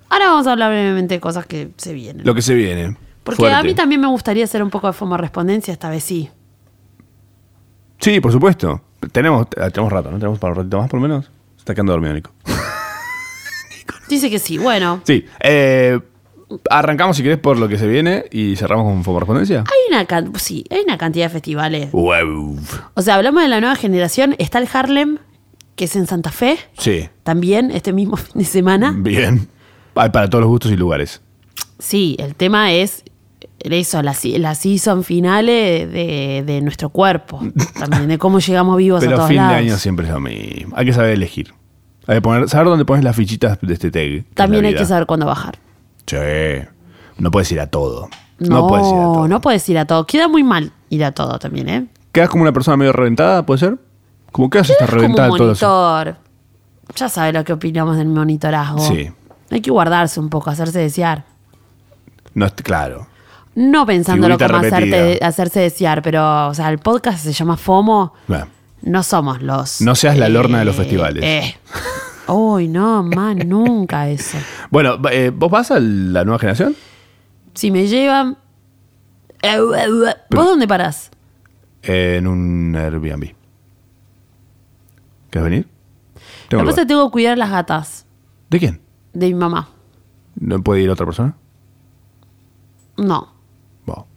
Speaker 2: Ahora vamos a hablar brevemente de cosas que se vienen.
Speaker 3: Lo que se viene.
Speaker 2: Porque
Speaker 3: fuerte.
Speaker 2: a mí también me gustaría hacer un poco de fomorrespondencia, esta vez sí.
Speaker 3: Sí, por supuesto. Tenemos, ah, tenemos rato, ¿no? Tenemos para un ratito más, por lo menos. Se está quedando dormido, Nico.
Speaker 2: Dice que sí, bueno.
Speaker 3: Sí. eh, arrancamos, si querés, por lo que se viene y cerramos con Fomo Respondencia.
Speaker 2: Hay una, can- sí, hay una cantidad de festivales.
Speaker 3: Wow.
Speaker 2: O sea, hablamos de la nueva generación. Está el Harlem, que es en Santa Fe,
Speaker 3: Sí,
Speaker 2: también este mismo fin de semana.
Speaker 3: bien. Hay para todos los gustos y lugares.
Speaker 2: Sí, el tema es eso, la, si- la season final de, de nuestro cuerpo. También de cómo llegamos vivos a
Speaker 3: Pero
Speaker 2: todos
Speaker 3: fin
Speaker 2: lados.
Speaker 3: de año siempre es lo mismo. Hay que saber elegir. Hay que poner, saber dónde pones las fichitas de este tag. que es
Speaker 2: También
Speaker 3: la
Speaker 2: hay que
Speaker 3: vida.
Speaker 2: saber cuándo bajar.
Speaker 3: Sí. No puedes ir a todo.
Speaker 2: No, no
Speaker 3: No, puedes ir a todo.
Speaker 2: puedes ir a todo. Queda muy mal ir a todo también, ¿eh?
Speaker 3: Quedas como una persona medio reventada, ¿puede ser? Como quedas hasta
Speaker 2: Como un
Speaker 3: reventada de todo eso.
Speaker 2: monitor. Ya sabes lo que opinamos del monitorazgo.
Speaker 3: Sí.
Speaker 2: Hay que guardarse un poco, hacerse desear.
Speaker 3: No, est- claro.
Speaker 2: No pensándolo
Speaker 3: Figurita
Speaker 2: como hacerte,
Speaker 3: repetida.
Speaker 2: hacerse desear, pero, o sea, el podcast se llama FOMO.
Speaker 3: Bueno,
Speaker 2: No somos los.
Speaker 3: No seas la lorna de los festivales.
Speaker 2: eh. Uy, no, man, nunca eso.
Speaker 3: Bueno, va- eh, ¿vos vas a la nueva generación?
Speaker 2: Si me llevan. Eh, eh, eh. ¿Vos dónde parás?
Speaker 3: en un Airbnb. ¿Quieres venir? Tengo
Speaker 2: Después
Speaker 3: lugar.
Speaker 2: te tengo que cuidar las gatas
Speaker 3: ¿De quién?
Speaker 2: de mi mamá.
Speaker 3: ¿No puede ir otra persona?
Speaker 2: No,
Speaker 3: Bueno,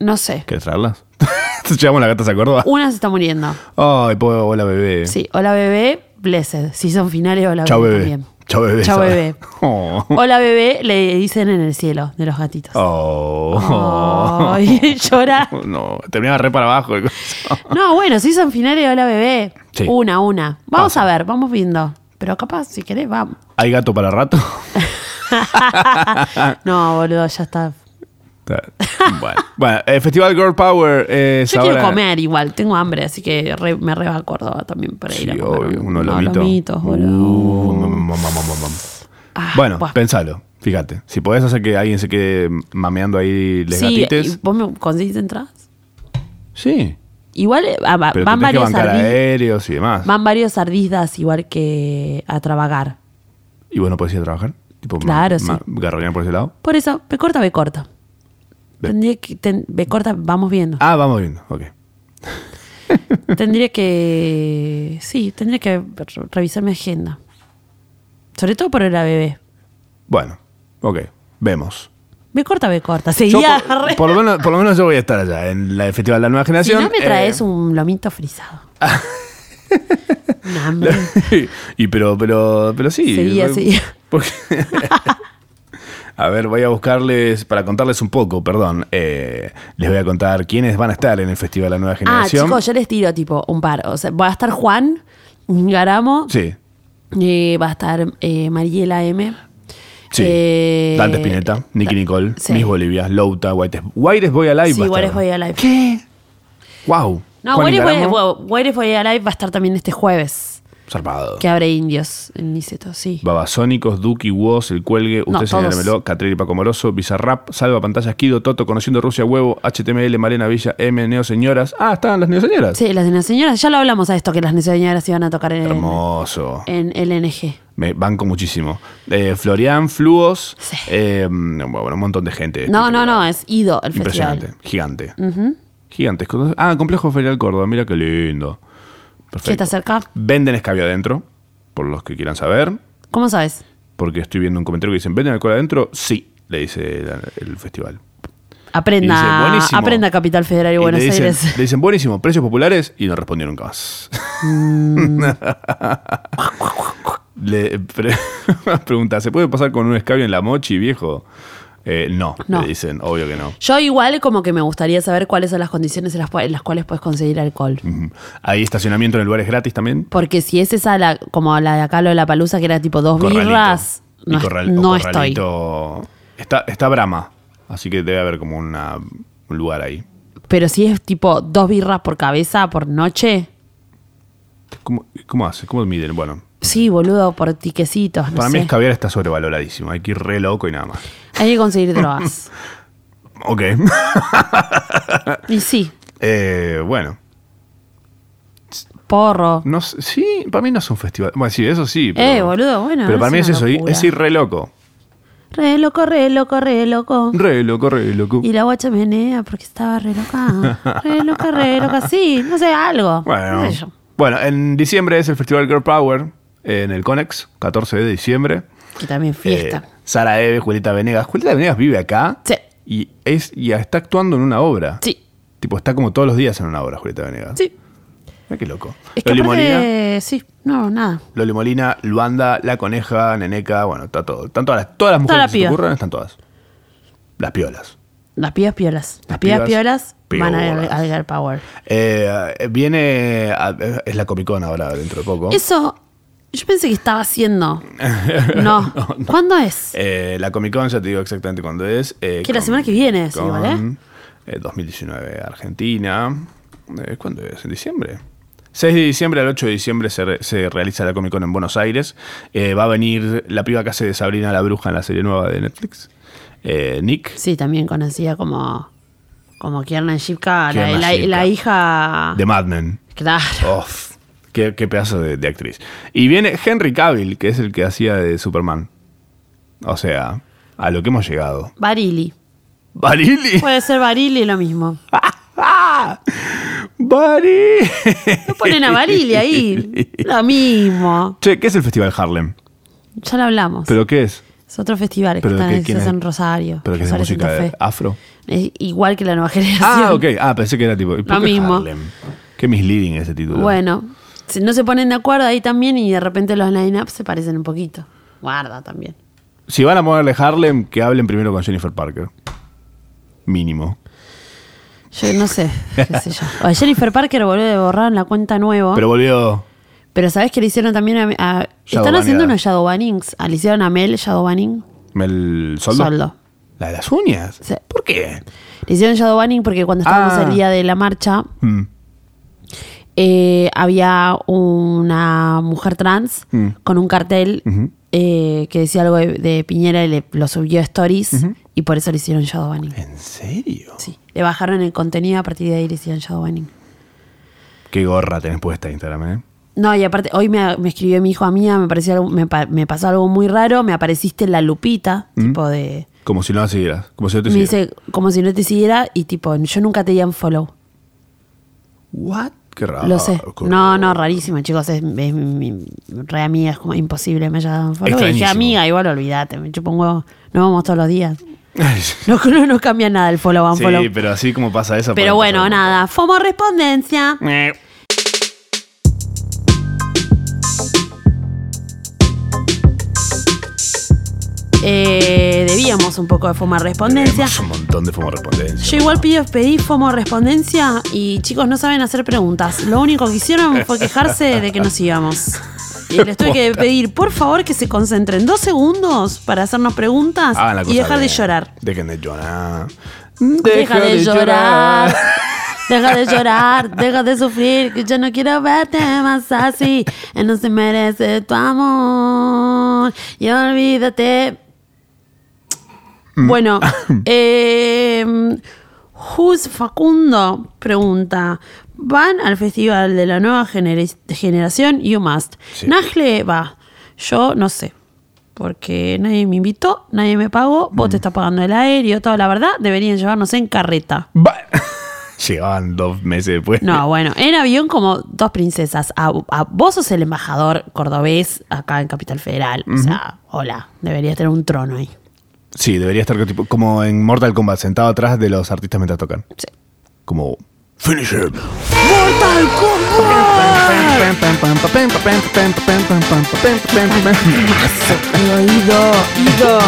Speaker 2: no sé.
Speaker 3: ¿Quieres traerlas? ¿Te llevamos las gatas a Córdoba?
Speaker 2: Una se está muriendo.
Speaker 3: Ay, pobre, hola bebé.
Speaker 2: Sí, hola bebé, blessed. Si son finales, hola
Speaker 3: Chao
Speaker 2: bebé.
Speaker 3: bebé.
Speaker 2: también.
Speaker 3: Chao bebé.
Speaker 2: Chao
Speaker 3: ¿sabes?
Speaker 2: bebé.
Speaker 3: Oh.
Speaker 2: Hola bebé, le dicen en el cielo de los gatitos.
Speaker 3: Oh.
Speaker 2: Ay, llora.
Speaker 3: No, terminaba re para abajo.
Speaker 2: No, bueno, si son finales, hola bebé.
Speaker 3: Sí.
Speaker 2: Una, una. Vamos
Speaker 3: Pasa.
Speaker 2: a ver, vamos viendo. Pero capaz, si querés, vamos.
Speaker 3: ¿Hay gato para rato?
Speaker 2: no, boludo, ya está.
Speaker 3: bueno, bueno eh, Festival Girl Power es
Speaker 2: Yo
Speaker 3: ahora-
Speaker 2: quiero comer igual, tengo hambre, así que re- me reba a Córdoba también para
Speaker 3: Sí,
Speaker 2: ir a comer.
Speaker 3: obvio,
Speaker 2: un-
Speaker 3: unos
Speaker 2: unos
Speaker 3: lomitos.
Speaker 2: lomitos, boludo.
Speaker 3: Uh, mam, mam, mam, mam, mam.
Speaker 2: Ah,
Speaker 3: bueno,
Speaker 2: buah.
Speaker 3: pensalo. Fíjate, si podés hacer que alguien se quede mameando ahí les
Speaker 2: Sí,
Speaker 3: gatites.
Speaker 2: ¿y ¿vos me conseguís entradas?
Speaker 3: Sí,
Speaker 2: Igual eh, va- va-
Speaker 3: pero
Speaker 2: van,
Speaker 3: tenés que
Speaker 2: varios
Speaker 3: bancar
Speaker 2: ardi-
Speaker 3: aéreos y demás.
Speaker 2: van varios ardistas igual que a trabajar.
Speaker 3: ¿Y vos no podés ir a trabajar? Tipo, ma-
Speaker 2: Claro,
Speaker 3: ma-
Speaker 2: sí.
Speaker 3: garronear por ese lado.
Speaker 2: Por eso, B corta, B corta.
Speaker 3: Ve-
Speaker 2: Tendría que, ten- B corta, vamos viendo.
Speaker 3: Ah, vamos viendo, ok.
Speaker 2: Tendría que. Sí, tendría que re- revisar mi agenda. Sobre todo por el bebé.
Speaker 3: Bueno, ok, vemos.
Speaker 2: B corta, B corta.
Speaker 3: Yo
Speaker 2: Seguía.
Speaker 3: por,
Speaker 2: re-
Speaker 3: por lo menos, por lo menos yo voy a estar allá en la- el Festival de la Nueva
Speaker 2: si
Speaker 3: Generación.
Speaker 2: no me
Speaker 3: eh,
Speaker 2: traes un lomito frisado. Ah, Un hambre.
Speaker 3: y pero, pero, pero sí.
Speaker 2: Seguía,
Speaker 3: Re-
Speaker 2: seguía.
Speaker 3: porque- a ver, voy a buscarles, para contarles un poco, perdón, eh, les voy a contar quiénes van a estar en el Festival de la Nueva
Speaker 2: Ah,
Speaker 3: Generación.
Speaker 2: chicos, yo les tiro tipo un par. O sea, va a estar Juan Garamo.
Speaker 3: Sí,
Speaker 2: eh, va a estar eh, Mariela M.
Speaker 3: sí.
Speaker 2: Eh,
Speaker 3: Dante Spinetta, Nicky
Speaker 2: da-
Speaker 3: Nicole,
Speaker 2: sí.
Speaker 3: Miss Bolivia, Louta, White, White Boy Alive.
Speaker 2: Sí,
Speaker 3: va a
Speaker 2: What
Speaker 3: estar.
Speaker 2: If We Alive.
Speaker 3: ¿Qué? Wow.
Speaker 2: No, What If We- What If We Alive va a estar también este jueves,
Speaker 3: Zarpado.
Speaker 2: que abre indios en Niceto, sí.
Speaker 3: Babasónicos, Duki, Woz, El Cuelgue,
Speaker 2: No,
Speaker 3: Usted
Speaker 2: todos.
Speaker 3: Señálemelo, Catriel y Paco Moroso, Bizarrap, Salva Pantallas, Kido, Toto, Conociendo Rusia, Huevo, HTML, Marena Villa, M, Neo Señoras. Ah, estaban las Neo Señoras.
Speaker 2: Sí, las de las señoras, ya lo hablamos a esto, que las señoras iban a tocar en,
Speaker 3: Hermoso.
Speaker 2: en LNG.
Speaker 3: Me banco muchísimo. Eh, Florian, Fluos.
Speaker 2: Sí.
Speaker 3: eh, bueno, un montón de gente.
Speaker 2: No, no, no, es Ido el
Speaker 3: Impresionante.
Speaker 2: festival.
Speaker 3: Gigante. Gigantesco. Ah, Complejo Ferial Córdoba. Mira qué lindo.
Speaker 2: ¿Qué está
Speaker 3: Perfecto.
Speaker 2: cerca?
Speaker 3: Venden escabio adentro, por los que quieran saber.
Speaker 2: ¿Cómo sabes?
Speaker 3: Porque estoy viendo un comentario que dicen, ¿venden alcohol adentro? Sí, le dice la- el festival.
Speaker 2: Aprenda,
Speaker 3: Y dice, "Buenísimo".
Speaker 2: aprenda Capital Federal y
Speaker 3: Y
Speaker 2: Buenos
Speaker 3: le dicen,
Speaker 2: Aires.
Speaker 3: Le dicen, buenísimo, precios populares, y no respondió nunca más.
Speaker 2: Mm.
Speaker 3: le pre- pregunta, ¿se puede pasar con un escabio en la mochi, viejo? Eh, no,
Speaker 2: No.
Speaker 3: le dicen, obvio que no.
Speaker 2: Yo igual como que me gustaría saber cuáles son las condiciones en las, cua- en las cuales puedes conseguir alcohol.
Speaker 3: Ujú. Hay estacionamiento en lugares gratis también.
Speaker 2: Porque si es esa la, como la de acá, lo de la palusa, que era tipo dos
Speaker 3: Corralito.
Speaker 2: birras,
Speaker 3: Y
Speaker 2: no, es-
Speaker 3: corral- o
Speaker 2: no estoy.
Speaker 3: corralito- Está, está Brahma, así que debe haber como una- un lugar ahí.
Speaker 2: Pero si es tipo dos birras por cabeza por noche,
Speaker 3: ¿Cómo, cómo hace? ¿Cómo miden? Bueno,
Speaker 2: sí, boludo, por tiquecitos, no
Speaker 3: para
Speaker 2: sé.
Speaker 3: mí escabiar está sobrevaloradísimo. Hay que ir re loco y nada más.
Speaker 2: Hay que conseguir drogas.
Speaker 3: Ok.
Speaker 2: y sí,
Speaker 3: Eh, bueno,
Speaker 2: porro.
Speaker 3: no sé- sí, para mí no es un festival. Bueno, sí, eso sí.
Speaker 2: Eh, boludo, bueno,
Speaker 3: Pero
Speaker 2: no
Speaker 3: para
Speaker 2: es
Speaker 3: mí es
Speaker 2: una
Speaker 3: eso, y-
Speaker 2: locura.
Speaker 3: es ir re loco.
Speaker 2: Re loco, re loco, re loco.
Speaker 3: Re loco, re loco.
Speaker 2: Y la guacha menea porque estaba re loca. Re loca, re loca. Sí, no sé, algo.
Speaker 3: Bueno.
Speaker 2: No sé yo.
Speaker 3: bueno, en diciembre es el Festival Girl Power en el Conex, 14 de diciembre.
Speaker 2: Que también fiesta.
Speaker 3: Eh, Sara Eve, Julieta Venegas. Julieta Venegas vive acá.
Speaker 2: Sí.
Speaker 3: Y, es, y está actuando en una obra.
Speaker 2: Sí.
Speaker 3: Tipo, está como todos los días en una obra, Julieta Venegas.
Speaker 2: Sí.
Speaker 3: Mira qué loco.
Speaker 2: Es que
Speaker 3: Loli Molina,
Speaker 2: aparte, sí, no, nada.
Speaker 3: Loli Molina, Luanda, La Coneja, Neneca, bueno, está todo. Están todas las, todas las
Speaker 2: Toda
Speaker 3: mujeres
Speaker 2: la
Speaker 3: que se te
Speaker 2: piba.
Speaker 3: ocurran, están todas. Las piolas.
Speaker 2: Las pibas piolas. Las,
Speaker 3: Las
Speaker 2: pibas,
Speaker 3: pibas
Speaker 2: piolas, van a
Speaker 3: piolas.
Speaker 2: al, al Girl Power.
Speaker 3: Eh, viene. a- es la Comic Con ahora, dentro de poco.
Speaker 2: Eso, yo pensé que estaba haciendo. No. ¿Cuándo es?
Speaker 3: Eh, la Comic Con, ya te digo exactamente cuándo es. eh,
Speaker 2: Que la
Speaker 3: con-
Speaker 2: semana que viene es igual,
Speaker 3: eh, 2019, Argentina. Eh, ¿Cuándo es? ¿En diciembre? 6 de diciembre al 8 de diciembre se, re- se realiza la Comic Con en Buenos Aires. Eh, va a venir la piba que hace de Sabrina la Bruja en la serie nueva de Netflix. Eh, Nick.
Speaker 2: Sí, también conocida como, como Kiernan Shipka, la,
Speaker 3: Kiernan
Speaker 2: la-
Speaker 3: Shipka.
Speaker 2: la hija.
Speaker 3: De Oh. Mad Men.
Speaker 2: Claro.
Speaker 3: Uf, qué, qué pedazo de, de actriz. Y viene Henry Cavill, que es el que hacía de Superman. O sea, a lo que hemos llegado.
Speaker 2: Barili.
Speaker 3: Barili.
Speaker 2: Puede ser Barili lo mismo.
Speaker 3: Bari.
Speaker 2: No ponen a Barili ahí. Lo mismo.
Speaker 3: Che, ¿qué es el Festival Harlem?
Speaker 2: Ya lo hablamos.
Speaker 3: ¿Pero qué es?
Speaker 2: es otro festival que
Speaker 3: ¿Pero
Speaker 2: están
Speaker 3: qué-
Speaker 2: se
Speaker 3: quién
Speaker 2: hace
Speaker 3: es?
Speaker 2: en Rosario.
Speaker 3: ¿Pero qué es de
Speaker 2: Rosario
Speaker 3: música
Speaker 2: Santa
Speaker 3: de
Speaker 2: Fe.
Speaker 3: afro?
Speaker 2: Es igual que la nueva generación.
Speaker 3: Ah, ok. Ah, pensé que era tipo. ¿y por
Speaker 2: Lo
Speaker 3: qué
Speaker 2: mismo.
Speaker 3: Harlem? Qué misleading ese título.
Speaker 2: Bueno, si no se ponen de acuerdo ahí también y de repente los line-ups se parecen un poquito. Guarda también.
Speaker 3: Si van a ponerle Harlem, que hablen primero con Jennifer Parker. Mínimo.
Speaker 2: Yo no sé, qué sé yo. O a Jennifer Parker volvió de borrar la cuenta nueva.
Speaker 3: Pero
Speaker 2: Pero,
Speaker 3: volvió.
Speaker 2: ¿sabés que le hicieron también a... a- están
Speaker 3: Shadowbaneada.
Speaker 2: haciendo unos shadowbannings. Ah, Le hicieron a Mel shadowbanning.
Speaker 3: ¿El soldo?
Speaker 2: Soldo.
Speaker 3: ¿La de las uñas?
Speaker 2: Sí.
Speaker 3: ¿Por qué?
Speaker 2: Le hicieron shadowbanning porque cuando estábamos
Speaker 3: Ah.
Speaker 2: el día de la marcha
Speaker 3: Mm.
Speaker 2: eh, había una mujer trans
Speaker 3: Mm.
Speaker 2: con un cartel eh, que decía algo de, de Piñera y le, lo subió a Stories y por eso le hicieron shadowbanning.
Speaker 3: ¿En serio?
Speaker 2: Sí, le bajaron el contenido a partir de ahí le hicieron shadowbanning.
Speaker 3: Qué gorra tenés puesta Instagram, ¿eh?
Speaker 2: No, y aparte, hoy me, me escribió mi hijo a mí, me, pareció algo- me, pa- me pasó algo muy raro, me apareciste en la lupita, tipo de...
Speaker 3: Como si no la siguieras. Como si Mm. no te
Speaker 2: Me
Speaker 3: siguieras.
Speaker 2: dice, como si no te siguiera, y tipo, yo nunca te di un follow.
Speaker 3: ¿What? Qué raro.
Speaker 2: Lo sé. No, no, rarísimo, chicos. Es, es mi- mi re amiga, es como imposible me haya dado un follow. Y dije,
Speaker 3: Extrañísimo.
Speaker 2: amiga, igual olvídate, me chupa un huevo. Nos vamos todos los días.
Speaker 3: sí,
Speaker 2: No, no, no cambia nada el follow, un follow.
Speaker 3: pero así como pasa eso.
Speaker 2: Pero bueno, nada. Fomo respondencia.
Speaker 3: Eh.
Speaker 2: Eh, debíamos un poco de fumar respondencia.
Speaker 3: Tenemos un montón de fomo respondencia.
Speaker 2: Yo igual pido, pedí FOMO respondencia y chicos no saben hacer preguntas. Lo único que hicieron fue quejarse de que nos íbamos. Y les tuve que pedir, por favor, que se concentren dos segundos para hacernos preguntas
Speaker 3: Hagan Ah, la cosa
Speaker 2: y dejar de
Speaker 3: bien.
Speaker 2: llorar.
Speaker 3: Dejen de llorar.
Speaker 2: Deja de llorar. Deja de llorar, deja de sufrir, que yo no quiero verte más así. Él no se merece tu amor. Y olvídate. Bueno, eh, Who's Facundo pregunta. Van al festival de la nueva genera- generación, You Must.
Speaker 3: Sí.
Speaker 2: Najle va. Yo no sé. Porque nadie me invitó, nadie me pagó, vos te estás pagando el aéreo, toda la verdad, deberían llevarnos en carreta.
Speaker 3: Va- Llegaban dos meses después.
Speaker 2: No, bueno, en avión como dos princesas. A, a- vos sos el embajador cordobés acá en Capital Federal. O sea, hola, deberías tener un trono ahí.
Speaker 3: Sí, debería estar tipo- como en Mortal Kombat, sentado atrás de los artistas mientras tocan.
Speaker 2: Sí.
Speaker 3: Como. Finish him.
Speaker 2: ¡Mortal Kombat! Ido, ido.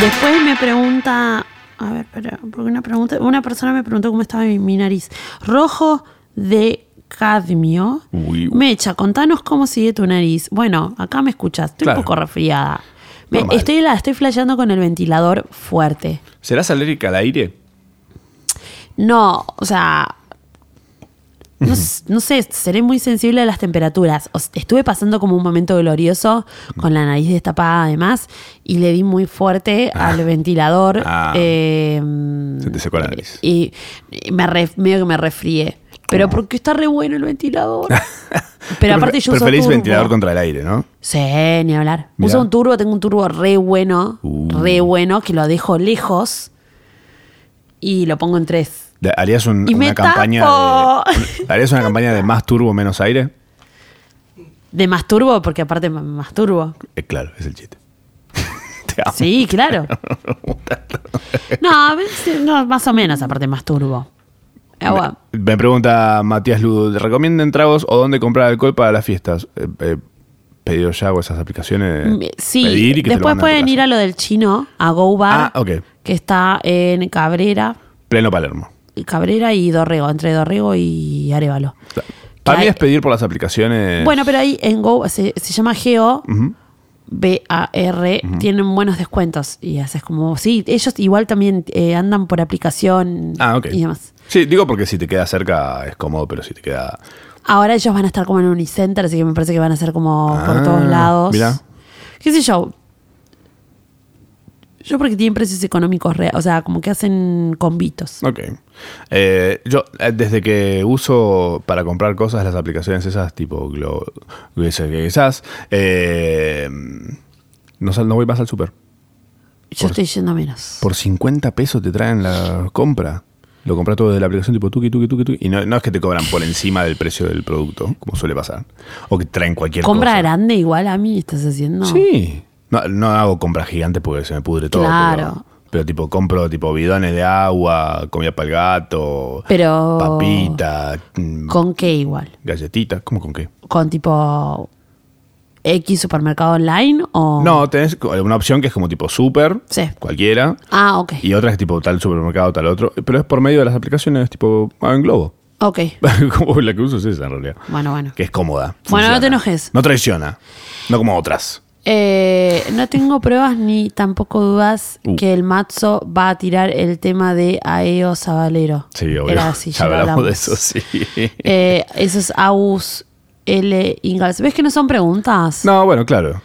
Speaker 2: Después me pregunta. A ver, espera, porque una, pregunta, una persona me preguntó cómo estaba mi, mi nariz. Rojo de cadmio.
Speaker 3: Uy.
Speaker 2: Mecha, contanos cómo sigue tu nariz. Bueno, acá me escuchas, estoy
Speaker 3: Claro.
Speaker 2: un poco resfriada. Me-
Speaker 3: Normal.
Speaker 2: estoy, la, estoy flasheando con el ventilador fuerte.
Speaker 3: ¿Serás alérgica al aire?
Speaker 2: No, o sea. No, s- no sé, seré muy sensible a las temperaturas. O s- estuve pasando como un momento glorioso con la nariz destapada, además, y le di muy fuerte al ventilador.
Speaker 3: Ah.
Speaker 2: eh,
Speaker 3: Se te secó la nariz.
Speaker 2: y y me re- medio que me resfrié. Pero porque está re bueno el ventilador. Pero aparte yo uso
Speaker 3: Preferís
Speaker 2: turbo.
Speaker 3: ventilador contra el aire, ¿no?
Speaker 2: Sí, ni hablar.
Speaker 3: Mirá.
Speaker 2: Uso un turbo, tengo un turbo re bueno,
Speaker 3: Uh.
Speaker 2: re bueno, que lo dejo lejos y lo pongo en tres.
Speaker 3: De- ¿Harías un-
Speaker 2: Y
Speaker 3: una
Speaker 2: me
Speaker 3: campaña
Speaker 2: tapo.
Speaker 3: de. ¿Harías una campaña de más turbo, menos aire?
Speaker 2: De masturbo, porque aparte me masturbo.
Speaker 3: Eh, claro, es el chiste. Te amo.
Speaker 2: Sí, claro. No, a veces- no, más o menos, aparte masturbo. Agua.
Speaker 3: Me, me pregunta Matías Ludo, ¿te recomiendan tragos o dónde comprar alcohol para las fiestas? Eh, eh, pedido ya o esas aplicaciones.
Speaker 2: Mm, Sí,
Speaker 3: eh, pedir y que te lo
Speaker 2: después
Speaker 3: manden a tu
Speaker 2: pueden
Speaker 3: casa.
Speaker 2: ir a lo del chino, a Go Bar,
Speaker 3: Ah, ok.
Speaker 2: que está en Cabrera,
Speaker 3: Pleno Palermo.
Speaker 2: Cabrera y Dorrego, entre Dorrego y Arevalo.
Speaker 3: Para
Speaker 2: Que
Speaker 3: mí
Speaker 2: hay-
Speaker 3: es pedir por las aplicaciones.
Speaker 2: Bueno, pero ahí en Go se, se llama Geo. B-A-R, tienen buenos descuentos y haces como, sí, ellos igual también eh, andan por aplicación
Speaker 3: Ah, ok.
Speaker 2: y demás.
Speaker 3: Sí, digo porque si te queda cerca es cómodo, pero si te queda.
Speaker 2: Ahora ellos van a estar como en Unicenter, así que me parece que van a ser como
Speaker 3: Ah,
Speaker 2: por todos lados.
Speaker 3: mirá.
Speaker 2: ¿Qué sé yo? Yo porque tienen precios económicos, re- o sea, como que hacen convitos.
Speaker 3: Ok. Eh, yo, eh, desde que uso para comprar cosas las aplicaciones esas, tipo Glo- ese- esas, eh, no, sal- no voy más al súper.
Speaker 2: Yo estoy yendo a menos.
Speaker 3: Por 50 pesos te traen la compra. Lo compras todo desde la aplicación tipo tuki, tuki, tuki, tuki. Y no, no es que te cobran por encima del precio del producto, como suele pasar. O que traen cualquier
Speaker 2: Compra
Speaker 3: cosa.
Speaker 2: grande igual a mí estás haciendo.
Speaker 3: Sí. No, no hago compras gigantes porque se me pudre todo.
Speaker 2: Claro.
Speaker 3: Pero, pero tipo, compro tipo bidones de agua, comida para el gato,
Speaker 2: Pero-
Speaker 3: papita, mm,
Speaker 2: ¿Con qué igual?
Speaker 3: galletitas. ¿Cómo con qué?
Speaker 2: ¿Con tipo X supermercado online o...?
Speaker 3: No, tenés eh, una opción que es como tipo super,
Speaker 2: Sí.
Speaker 3: cualquiera.
Speaker 2: Ah, ok.
Speaker 3: Y otra es tipo tal supermercado, tal otro. Pero es por medio de las aplicaciones tipo ah, en globo.
Speaker 2: Ok.
Speaker 3: como la que uso es esa en realidad.
Speaker 2: Bueno, bueno.
Speaker 3: Que es cómoda.
Speaker 2: Bueno, no
Speaker 3: funciona.
Speaker 2: te enojes.
Speaker 3: No traiciona. No como otras.
Speaker 2: Eh, no tengo pruebas ni tampoco dudas
Speaker 3: Uh.
Speaker 2: que el Matzo va a tirar el tema de Aeo Sabalero.
Speaker 3: Sí, obvio.
Speaker 2: Era así,
Speaker 3: ya
Speaker 2: lo
Speaker 3: hablamos,
Speaker 2: hablamos.
Speaker 3: de eso, sí.
Speaker 2: Eh, eso es AUS L. Ingalls. ¿Ves que no son preguntas?
Speaker 3: no, bueno, claro.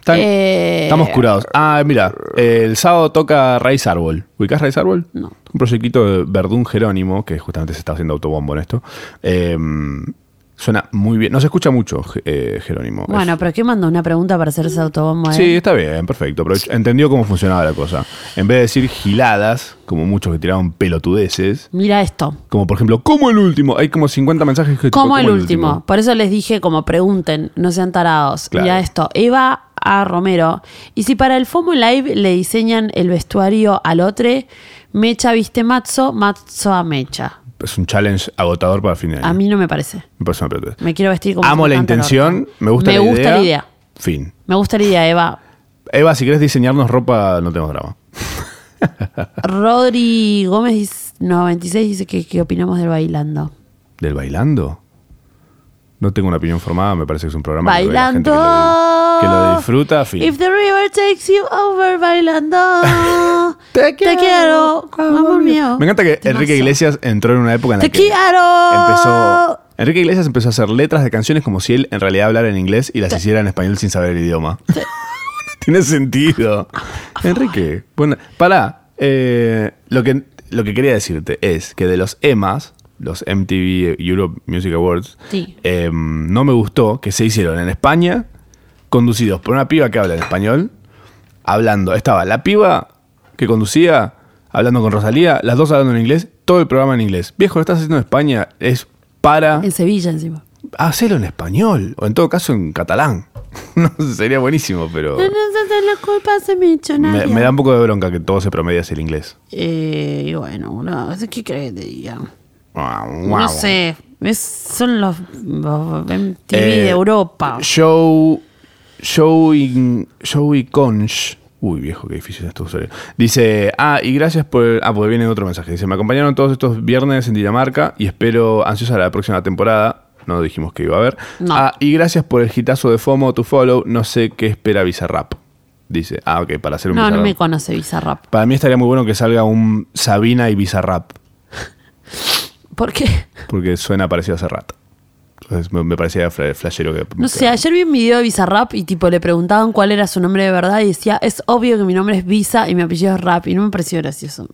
Speaker 3: Están-
Speaker 2: Eh,
Speaker 3: Estamos curados. Ah, mira, el sábado toca Raíz Árbol. ¿Ubicás Raíz Árbol?
Speaker 2: No.
Speaker 3: Un proyectito de Verdún Jerónimo, que justamente se está haciendo autobombo en esto. Eh, suena muy bien. No se escucha mucho, Je- eh, Jerónimo.
Speaker 2: Bueno,
Speaker 3: Es-
Speaker 2: pero ¿qué mandó una pregunta para hacerse autobombo? eh?
Speaker 3: Sí, está bien, perfecto. Pero entendió cómo funcionaba la cosa. En vez de decir giladas, como muchos que tiraban pelotudeces,
Speaker 2: Mira esto.
Speaker 3: como por ejemplo, como el último. Hay como 50 mensajes que. tipo,
Speaker 2: Como el último. Por eso les dije, como pregunten, no sean tarados.
Speaker 3: Claro.
Speaker 2: Mira esto. Eva a Romero. Y si para el FOMO Live le diseñan el vestuario al otro, Mecha viste Matzo, Matzo a Mecha.
Speaker 3: Es un challenge agotador para el fin de año.
Speaker 2: A mí no me parece.
Speaker 3: Me parece una pelotudez.
Speaker 2: Me quiero vestir como.
Speaker 3: Amo
Speaker 2: se me
Speaker 3: la
Speaker 2: canta el
Speaker 3: intención,
Speaker 2: orto.
Speaker 3: me gusta la idea.
Speaker 2: Me gusta la idea.
Speaker 3: Fin.
Speaker 2: Me gusta la idea, Eva.
Speaker 3: Eva, si querés diseñarnos ropa, no tenemos drama.
Speaker 2: Rodri Gómez dice- 96 dice que, que opinamos del bailando.
Speaker 3: ¿Del bailando? No tengo una opinión formada, me parece que es un programa que lo ve la gente
Speaker 2: Bailando.
Speaker 3: que, lo, que lo disfruta, fin.
Speaker 2: If the river takes you over, bailando. Te quiero, amor mío.
Speaker 3: Me encanta que
Speaker 2: Temazo.
Speaker 3: Enrique Iglesias entró en una época en la
Speaker 2: Te
Speaker 3: que
Speaker 2: quiero.
Speaker 3: empezó. Enrique Iglesias empezó a hacer letras de canciones como si él en realidad hablara en inglés y las hiciera en español sin saber el idioma. Tiene sentido. Enrique, bueno, pará. eh, lo, que, lo que quería decirte es que de los EMAs, los MTV Europe Music Awards,
Speaker 2: Sí.
Speaker 3: em, no me gustó que se hicieron en España, conducidos por una piba que habla en español, hablando. Estaba la piba que conducía hablando con Rosalía, las dos hablando en inglés, todo el programa en inglés. Viejo, lo estás haciendo en España, es para
Speaker 2: En Sevilla, encima.
Speaker 3: hacerlo en español, o en todo caso en catalán. No, sería buenísimo, pero
Speaker 2: No nos hacen la culpa, se me echó
Speaker 3: me,
Speaker 2: nadie.
Speaker 3: me da un poco de bronca que todo se promedia hacia el inglés.
Speaker 2: Eh, y bueno, boludo, ¿qué crees que te diga?
Speaker 3: Guau.
Speaker 2: No sé. es- son los, los MTV
Speaker 3: Eh,
Speaker 2: de Europa.
Speaker 3: Show, show, in- show y conch. Uy, viejo, qué difícil es esto. usuario. Dice, ah, y gracias por... Ah, porque viene otro mensaje. Dice, me acompañaron todos estos viernes en Dinamarca y espero ansiosa la próxima temporada. No dijimos que iba a haber.
Speaker 2: No.
Speaker 3: Ah, y gracias por el hitazo de FOMO, tu follow. No sé qué espera Bizarrap. Dice, ah, ok, para hacer un
Speaker 2: No, no
Speaker 3: Bizarrap.
Speaker 2: me conoce Bizarrap.
Speaker 3: Para mí estaría muy bueno que salga un Sabina y Bizarrap,
Speaker 2: ¿Por qué?
Speaker 3: porque suena parecido a Serrat. Entonces me, me parecía fla- flashero que...
Speaker 2: No sé, ayer vi un video de Bizarrap y tipo le preguntaban cuál era su nombre de verdad y decía, es obvio que mi nombre es Visa y mi apellido es Rap y no me pareció gracioso.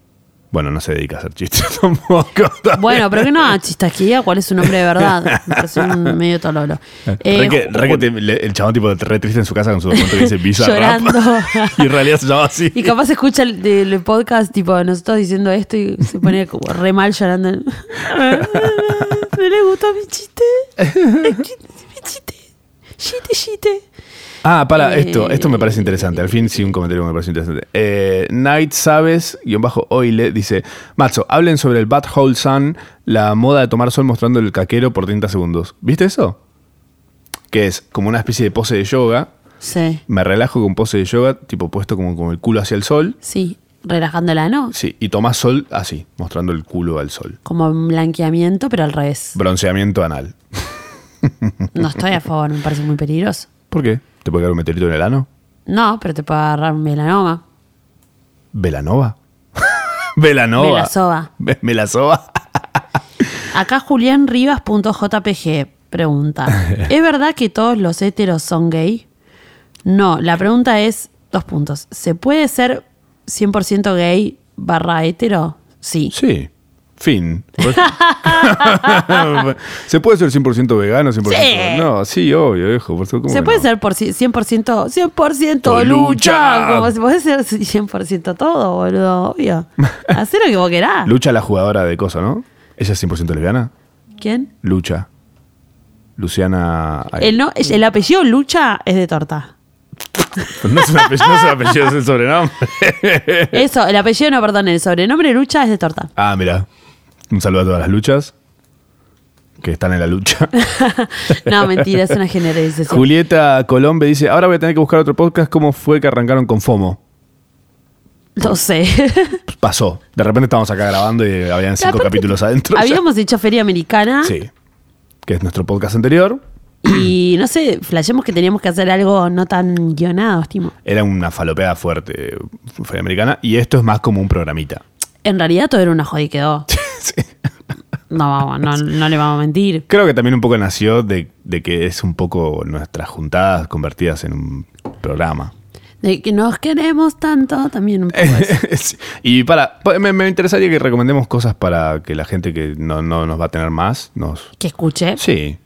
Speaker 3: Bueno, no se dedica a hacer chistes tampoco. también.
Speaker 2: Bueno, pero que no, chistasquilla, cuál es su nombre de verdad. Me pareció un medio tololo. Eh,
Speaker 3: Re que- re que te- le- el chabón tipo re triste en su casa con su documento que dice Visa Rap.
Speaker 2: Llorando.
Speaker 3: y en realidad se llama así.
Speaker 2: Y capaz escucha el, del podcast, tipo, nosotros diciendo esto y se pone como re mal llorando. ¿No le gustó mi chiste? Es que- Mi chiste. Chiste, chiste.
Speaker 3: Ah, para,
Speaker 2: Eh,
Speaker 3: esto, esto me parece interesante. Al fin sí un comentario que me parece interesante. Eh, Night Sabes, guión bajo Oile, dice, Matzo, hablen sobre el Bad Hole Sun, la moda de tomar sol mostrando el caquero por 30 segundos. ¿Viste eso? Que es como una especie de pose de yoga.
Speaker 2: Sí,
Speaker 3: Me relajo con pose de yoga, tipo puesto como con el culo hacia el sol.
Speaker 2: sí. Relajándola, ¿no?
Speaker 3: Sí, y tomás sol así, mostrando el culo al sol.
Speaker 2: Como blanqueamiento, pero al revés.
Speaker 3: Bronceamiento anal.
Speaker 2: No estoy a favor, me parece muy peligroso.
Speaker 3: ¿Por qué? ¿Te puede caer un meteorito en el ano?
Speaker 2: No, pero te puede agarrar un melanoma.
Speaker 3: ¿Velanova? ¿Velanova?
Speaker 2: Velasova.
Speaker 3: Ve- ¿Velasova?
Speaker 2: Acá Julián Rivas.jpg pregunta: ¿Es verdad que todos los héteros son gay? No, la pregunta es: dos puntos. ¿Se puede ser 100% gay barra hétero? Sí.
Speaker 3: Sí. Fin. Pues, ¿Se puede ser 100% vegano, 100%?
Speaker 2: Sí.
Speaker 3: No, sí, obvio, viejo. Por supuesto, ¿cómo
Speaker 2: Se
Speaker 3: que
Speaker 2: puede
Speaker 3: no?
Speaker 2: ser por ci- 100%, 100% lucha.
Speaker 3: Lucha.
Speaker 2: Como se puede ser 100% todo, boludo, obvio. Hacé lo que vos querás.
Speaker 3: Lucha la jugadora de cosa, ¿no? ¿Ella es 100% lesbiana?
Speaker 2: ¿Quién?
Speaker 3: Lucha. Luciana. ay,
Speaker 2: El, no, el apellido Lucha es de torta.
Speaker 3: No es un apellido, no es un apellido, es el sobrenombre.
Speaker 2: Eso, el apellido, no, perdón, el sobrenombre Lucha es de torta.
Speaker 3: Ah, mira. Un saludo a todas las luchas que están en la lucha.
Speaker 2: No, mentira, es una generalización.
Speaker 3: Julieta Colombe dice, ahora voy a tener que buscar otro podcast. ¿Cómo fue que arrancaron con FOMO?
Speaker 2: No sé.
Speaker 3: Pues pasó. De repente estábamos acá grabando y habían cinco
Speaker 2: Aparte,
Speaker 3: capítulos adentro. ya.
Speaker 2: Habíamos dicho Feria Americana
Speaker 3: Sí. Que es nuestro podcast anterior.
Speaker 2: y no sé, flashemos que teníamos que hacer algo no tan guionado, estimo.
Speaker 3: Era una falopeada fuerte, fue americana. Y esto es más como un programita.
Speaker 2: En realidad todo era una joda y quedó.
Speaker 3: Sí.
Speaker 2: No, vamos, no, no le vamos a mentir.
Speaker 3: Creo que también un poco nació de, de que es un poco nuestras juntadas convertidas en un programa.
Speaker 2: De que nos queremos tanto, también un poco
Speaker 3: Eh.
Speaker 2: eso.
Speaker 3: Sí. y para, pa- me, me interesaría que recomendemos cosas para que la gente que no, no nos va a tener más nos.
Speaker 2: Que escuche. Sí.
Speaker 3: Sí.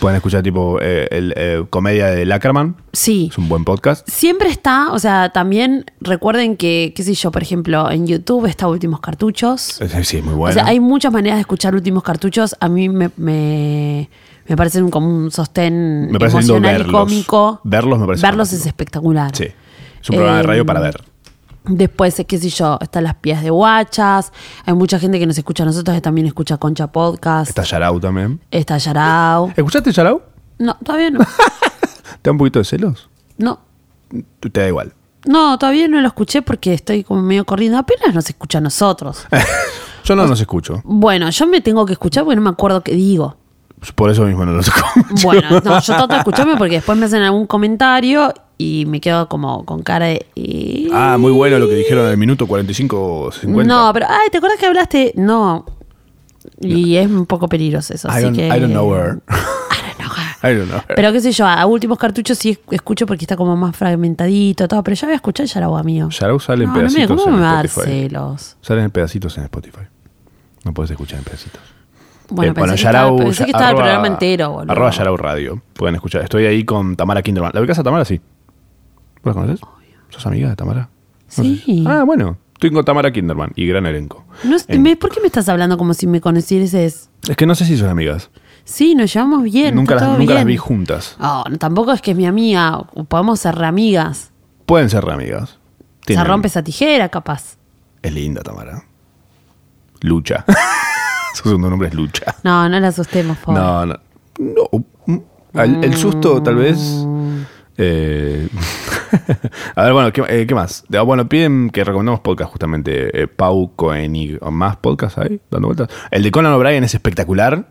Speaker 3: Pueden escuchar, tipo, eh, el, eh, comedia de Lackerman. Es un buen podcast.
Speaker 2: Siempre está, o sea, también recuerden que, qué sé yo, por ejemplo, en YouTube está Últimos Cartuchos.
Speaker 3: Eh, Sí, es muy bueno.
Speaker 2: O sea, hay muchas maneras de escuchar Últimos Cartuchos. A mí me, me, me parecen como un sostén
Speaker 3: Me parece lindo
Speaker 2: emocional y
Speaker 3: verlos.
Speaker 2: cómico.
Speaker 3: Verlos me parece
Speaker 2: Verlos es
Speaker 3: fantástico.
Speaker 2: espectacular.
Speaker 3: Sí. Es un programa de
Speaker 2: Eh,
Speaker 3: radio para ver.
Speaker 2: Después, eh, qué sé yo, están las pías de guachas. Hay mucha gente que nos escucha a nosotros que también escucha Concha Podcast.
Speaker 3: Está Yarau también.
Speaker 2: Está Yarao.
Speaker 3: ¿Escuchaste Yarau?
Speaker 2: No, todavía no.
Speaker 3: ¿Te da un poquito de celos?
Speaker 2: No,
Speaker 3: Te da igual.
Speaker 2: No, todavía no lo escuché porque estoy como medio corriendo. Apenas nos escucha a nosotros.
Speaker 3: Yo no los escucho.
Speaker 2: Bueno, yo me tengo que escuchar porque no me acuerdo qué digo.
Speaker 3: Por eso mismo no los escucho.
Speaker 2: Bueno, no, yo trato de escucharme porque después me hacen algún comentario y me quedo como con cara de... "Eh".
Speaker 3: Ah, muy bueno lo que dijeron en el minuto 45 o 50.
Speaker 2: No, pero, ay, ¿te acuerdas que hablaste? No. Y es un poco peligroso eso,
Speaker 3: I
Speaker 2: así
Speaker 3: don't,
Speaker 2: que...
Speaker 3: I don't know her. I don't know her.
Speaker 2: Pero qué sé yo, a últimos cartuchos sí escucho porque está como más fragmentadito, todo, pero ya voy a escuchar Yaragua mío.
Speaker 3: Yarau sale en
Speaker 2: no, no me,
Speaker 3: pedacitos
Speaker 2: ¿Cómo me
Speaker 3: en
Speaker 2: va a dar
Speaker 3: Spotify. Eh,
Speaker 2: celos?
Speaker 3: Salen en pedacitos en Spotify. No puedes escuchar en pedacitos.
Speaker 2: Bueno,
Speaker 3: Eh,
Speaker 2: pensé, que
Speaker 3: Yarau,
Speaker 2: estaba, pensé que estaba
Speaker 3: arroba-
Speaker 2: el programa entero, boludo.
Speaker 3: Arroba Yarau Radio. Pueden escuchar. Estoy ahí con Tamara Kinderman. ¿La ubicás a Tamara? Sí. ¿Vos la conoces? ¿Sos amiga de Tamara? No sé.
Speaker 2: Sí.
Speaker 3: Ah, bueno. Estoy con Tamara Kinderman y gran elenco.
Speaker 2: No es-
Speaker 3: En-
Speaker 2: me- ¿Por qué me estás hablando como si me conocieses?
Speaker 3: Es que no sé si son amigas.
Speaker 2: Sí, nos llevamos bien. está
Speaker 3: nunca las,
Speaker 2: todo
Speaker 3: nunca las
Speaker 2: bien.
Speaker 3: vi juntas.
Speaker 2: Oh, no, tampoco es que es mi amiga. o Podemos ser amigas.
Speaker 3: Pueden ser re amigas.
Speaker 2: Se
Speaker 3: Tienen-
Speaker 2: rompe esa tijera, capaz.
Speaker 3: Es linda, Tamara. Lucha. Su segundo nombre es Lucha.
Speaker 2: No, no la asustemos, por favor.
Speaker 3: No, no. no. um, El, el susto, tal vez. Eh, a ver, bueno, ¿qué, eh, qué más? Ah, Bueno, piden que recomendemos podcast justamente. Eh, Pau Koenig. ¿Más podcasts hay? Dando vueltas. El de Conan O'Brien es espectacular.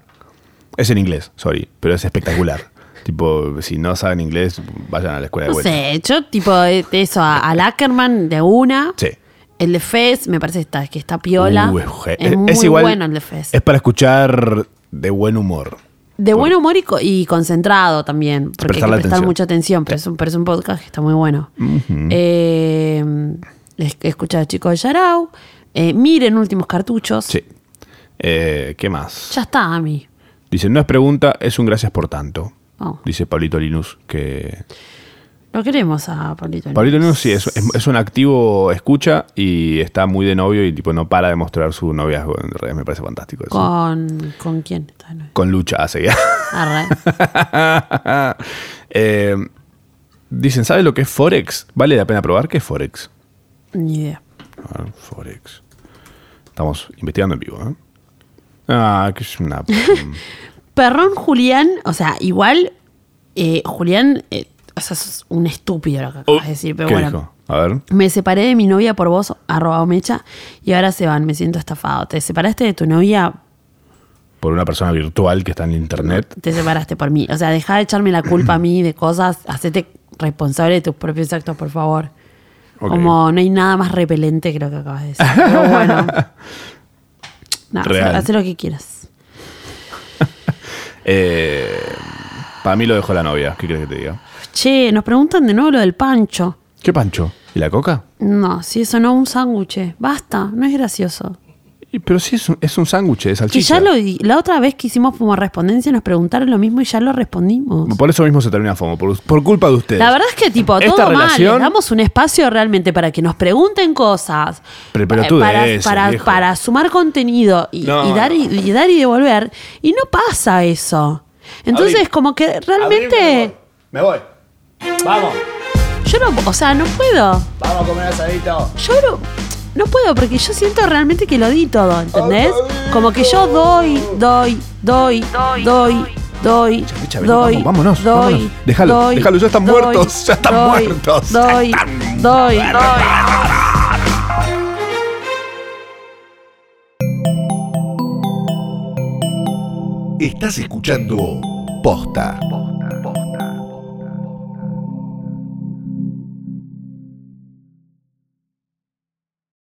Speaker 3: Es en inglés, sorry, pero es espectacular. tipo, si no saben inglés, vayan a la escuela de
Speaker 2: No
Speaker 3: vuelta.
Speaker 2: sé, yo tipo eh, eso, a, a Lackerman de una.
Speaker 3: Sí.
Speaker 2: El de Fez, me parece que está, que está piola.
Speaker 3: Uh, es ge-
Speaker 2: es,
Speaker 3: es
Speaker 2: muy
Speaker 3: igual-
Speaker 2: bueno el de Fez.
Speaker 3: Es para escuchar de buen humor.
Speaker 2: de buen humor y, co- y concentrado también, porque hay que
Speaker 3: Prestarle
Speaker 2: prestar
Speaker 3: atención.
Speaker 2: mucha atención, pero es, un, pero es un podcast que está muy bueno. Eh, es- escuchar a Chico de Yarao, eh, miren Últimos Cartuchos,
Speaker 3: Sí. Eh, ¿Qué más?
Speaker 2: ya está a mí.
Speaker 3: Dice, no es pregunta, es un gracias por tanto.
Speaker 2: Oh.
Speaker 3: Dice Pablito Linus que...
Speaker 2: Lo queremos a Pablito.
Speaker 3: Pablito Linus sí, es, es- es un activo escucha y está muy de novio y tipo no para de mostrar su noviazgo en redes. Me parece fantástico eso. Con,
Speaker 2: ¿Con, ¿Con quién? Está, Ah, no.
Speaker 3: lucha hace ya.
Speaker 2: Arre.
Speaker 3: Eh, dicen, ¿sabes lo que es Forex? ¿Vale la pena probar qué es Forex?
Speaker 2: Ni idea.
Speaker 3: A ver, Forex. Estamos investigando en vivo, ¿eh? Ah, que es una... mm,
Speaker 2: Perrón Julián, o sea, igual eh, Julián, eh, o sea, es un estúpido lo que acabas de decir, pero
Speaker 3: Oh, ¿Qué
Speaker 2: bueno.
Speaker 3: dijo? A ver.
Speaker 2: Me separé de mi novia por vos, arroba mecha, y ahora se van, me siento estafado. Te separaste de tu novia,
Speaker 3: Por una persona virtual que está en internet.
Speaker 2: te separaste por mí. O sea, deja de echarme la culpa a mí de cosas, hacete responsable de tus propios actos, por favor.
Speaker 3: Ok.
Speaker 2: Como no hay nada más repelente que lo que acabas de decir. Pero bueno. No, hace-
Speaker 3: Real.
Speaker 2: hace lo que quieras.
Speaker 3: Eh, para mí lo dejó la novia, ¿qué crees que te diga?
Speaker 2: Che, nos preguntan de nuevo lo del pancho.
Speaker 3: ¿Qué pancho? ¿Y la coca?
Speaker 2: eh. No, si eso no, un sándwich. Basta, no es gracioso.
Speaker 3: Y Y, pero sí es un, es un sándwich de
Speaker 2: Que
Speaker 3: salchicha.
Speaker 2: ya lo, di- la otra vez que hicimos como respondencia nos preguntaron lo mismo y ya lo respondimos.
Speaker 3: Por eso mismo se termina FOMO, por, por culpa de ustedes.
Speaker 2: La verdad es que tipo,
Speaker 3: Esta
Speaker 2: todo mal,
Speaker 3: relación-
Speaker 2: les damos un espacio realmente para que nos pregunten cosas,
Speaker 3: Pero- pero
Speaker 2: eh,
Speaker 3: tú
Speaker 2: para,
Speaker 3: de eso,
Speaker 2: para,
Speaker 3: viejo.
Speaker 2: para sumar contenido y,
Speaker 3: No,
Speaker 2: y dar y, y dar y devolver, y no pasa eso. Entonces,
Speaker 3: Abrí-
Speaker 2: como que
Speaker 5: Abrime,
Speaker 2: realmente
Speaker 5: Me voy. Me voy. Vamos,
Speaker 2: yo no, o sea, no puedo.
Speaker 5: vamos a comer asadito.
Speaker 2: Yo no, no puedo porque yo siento realmente que lo di todo, ¿entendés? Como que yo doy, doy, doy, doy, doy. Doy,
Speaker 3: Chapecha, vení,
Speaker 2: doy,
Speaker 3: vamos, vámonos,
Speaker 2: doy,
Speaker 3: vámonos. Dejalo,
Speaker 2: doy,
Speaker 3: dejalo, ya están
Speaker 2: doy,
Speaker 3: muertos, ya están
Speaker 2: doy,
Speaker 3: muertos, ya
Speaker 2: Doy,
Speaker 3: están
Speaker 2: doy, doy.
Speaker 1: Estás escuchando Posta.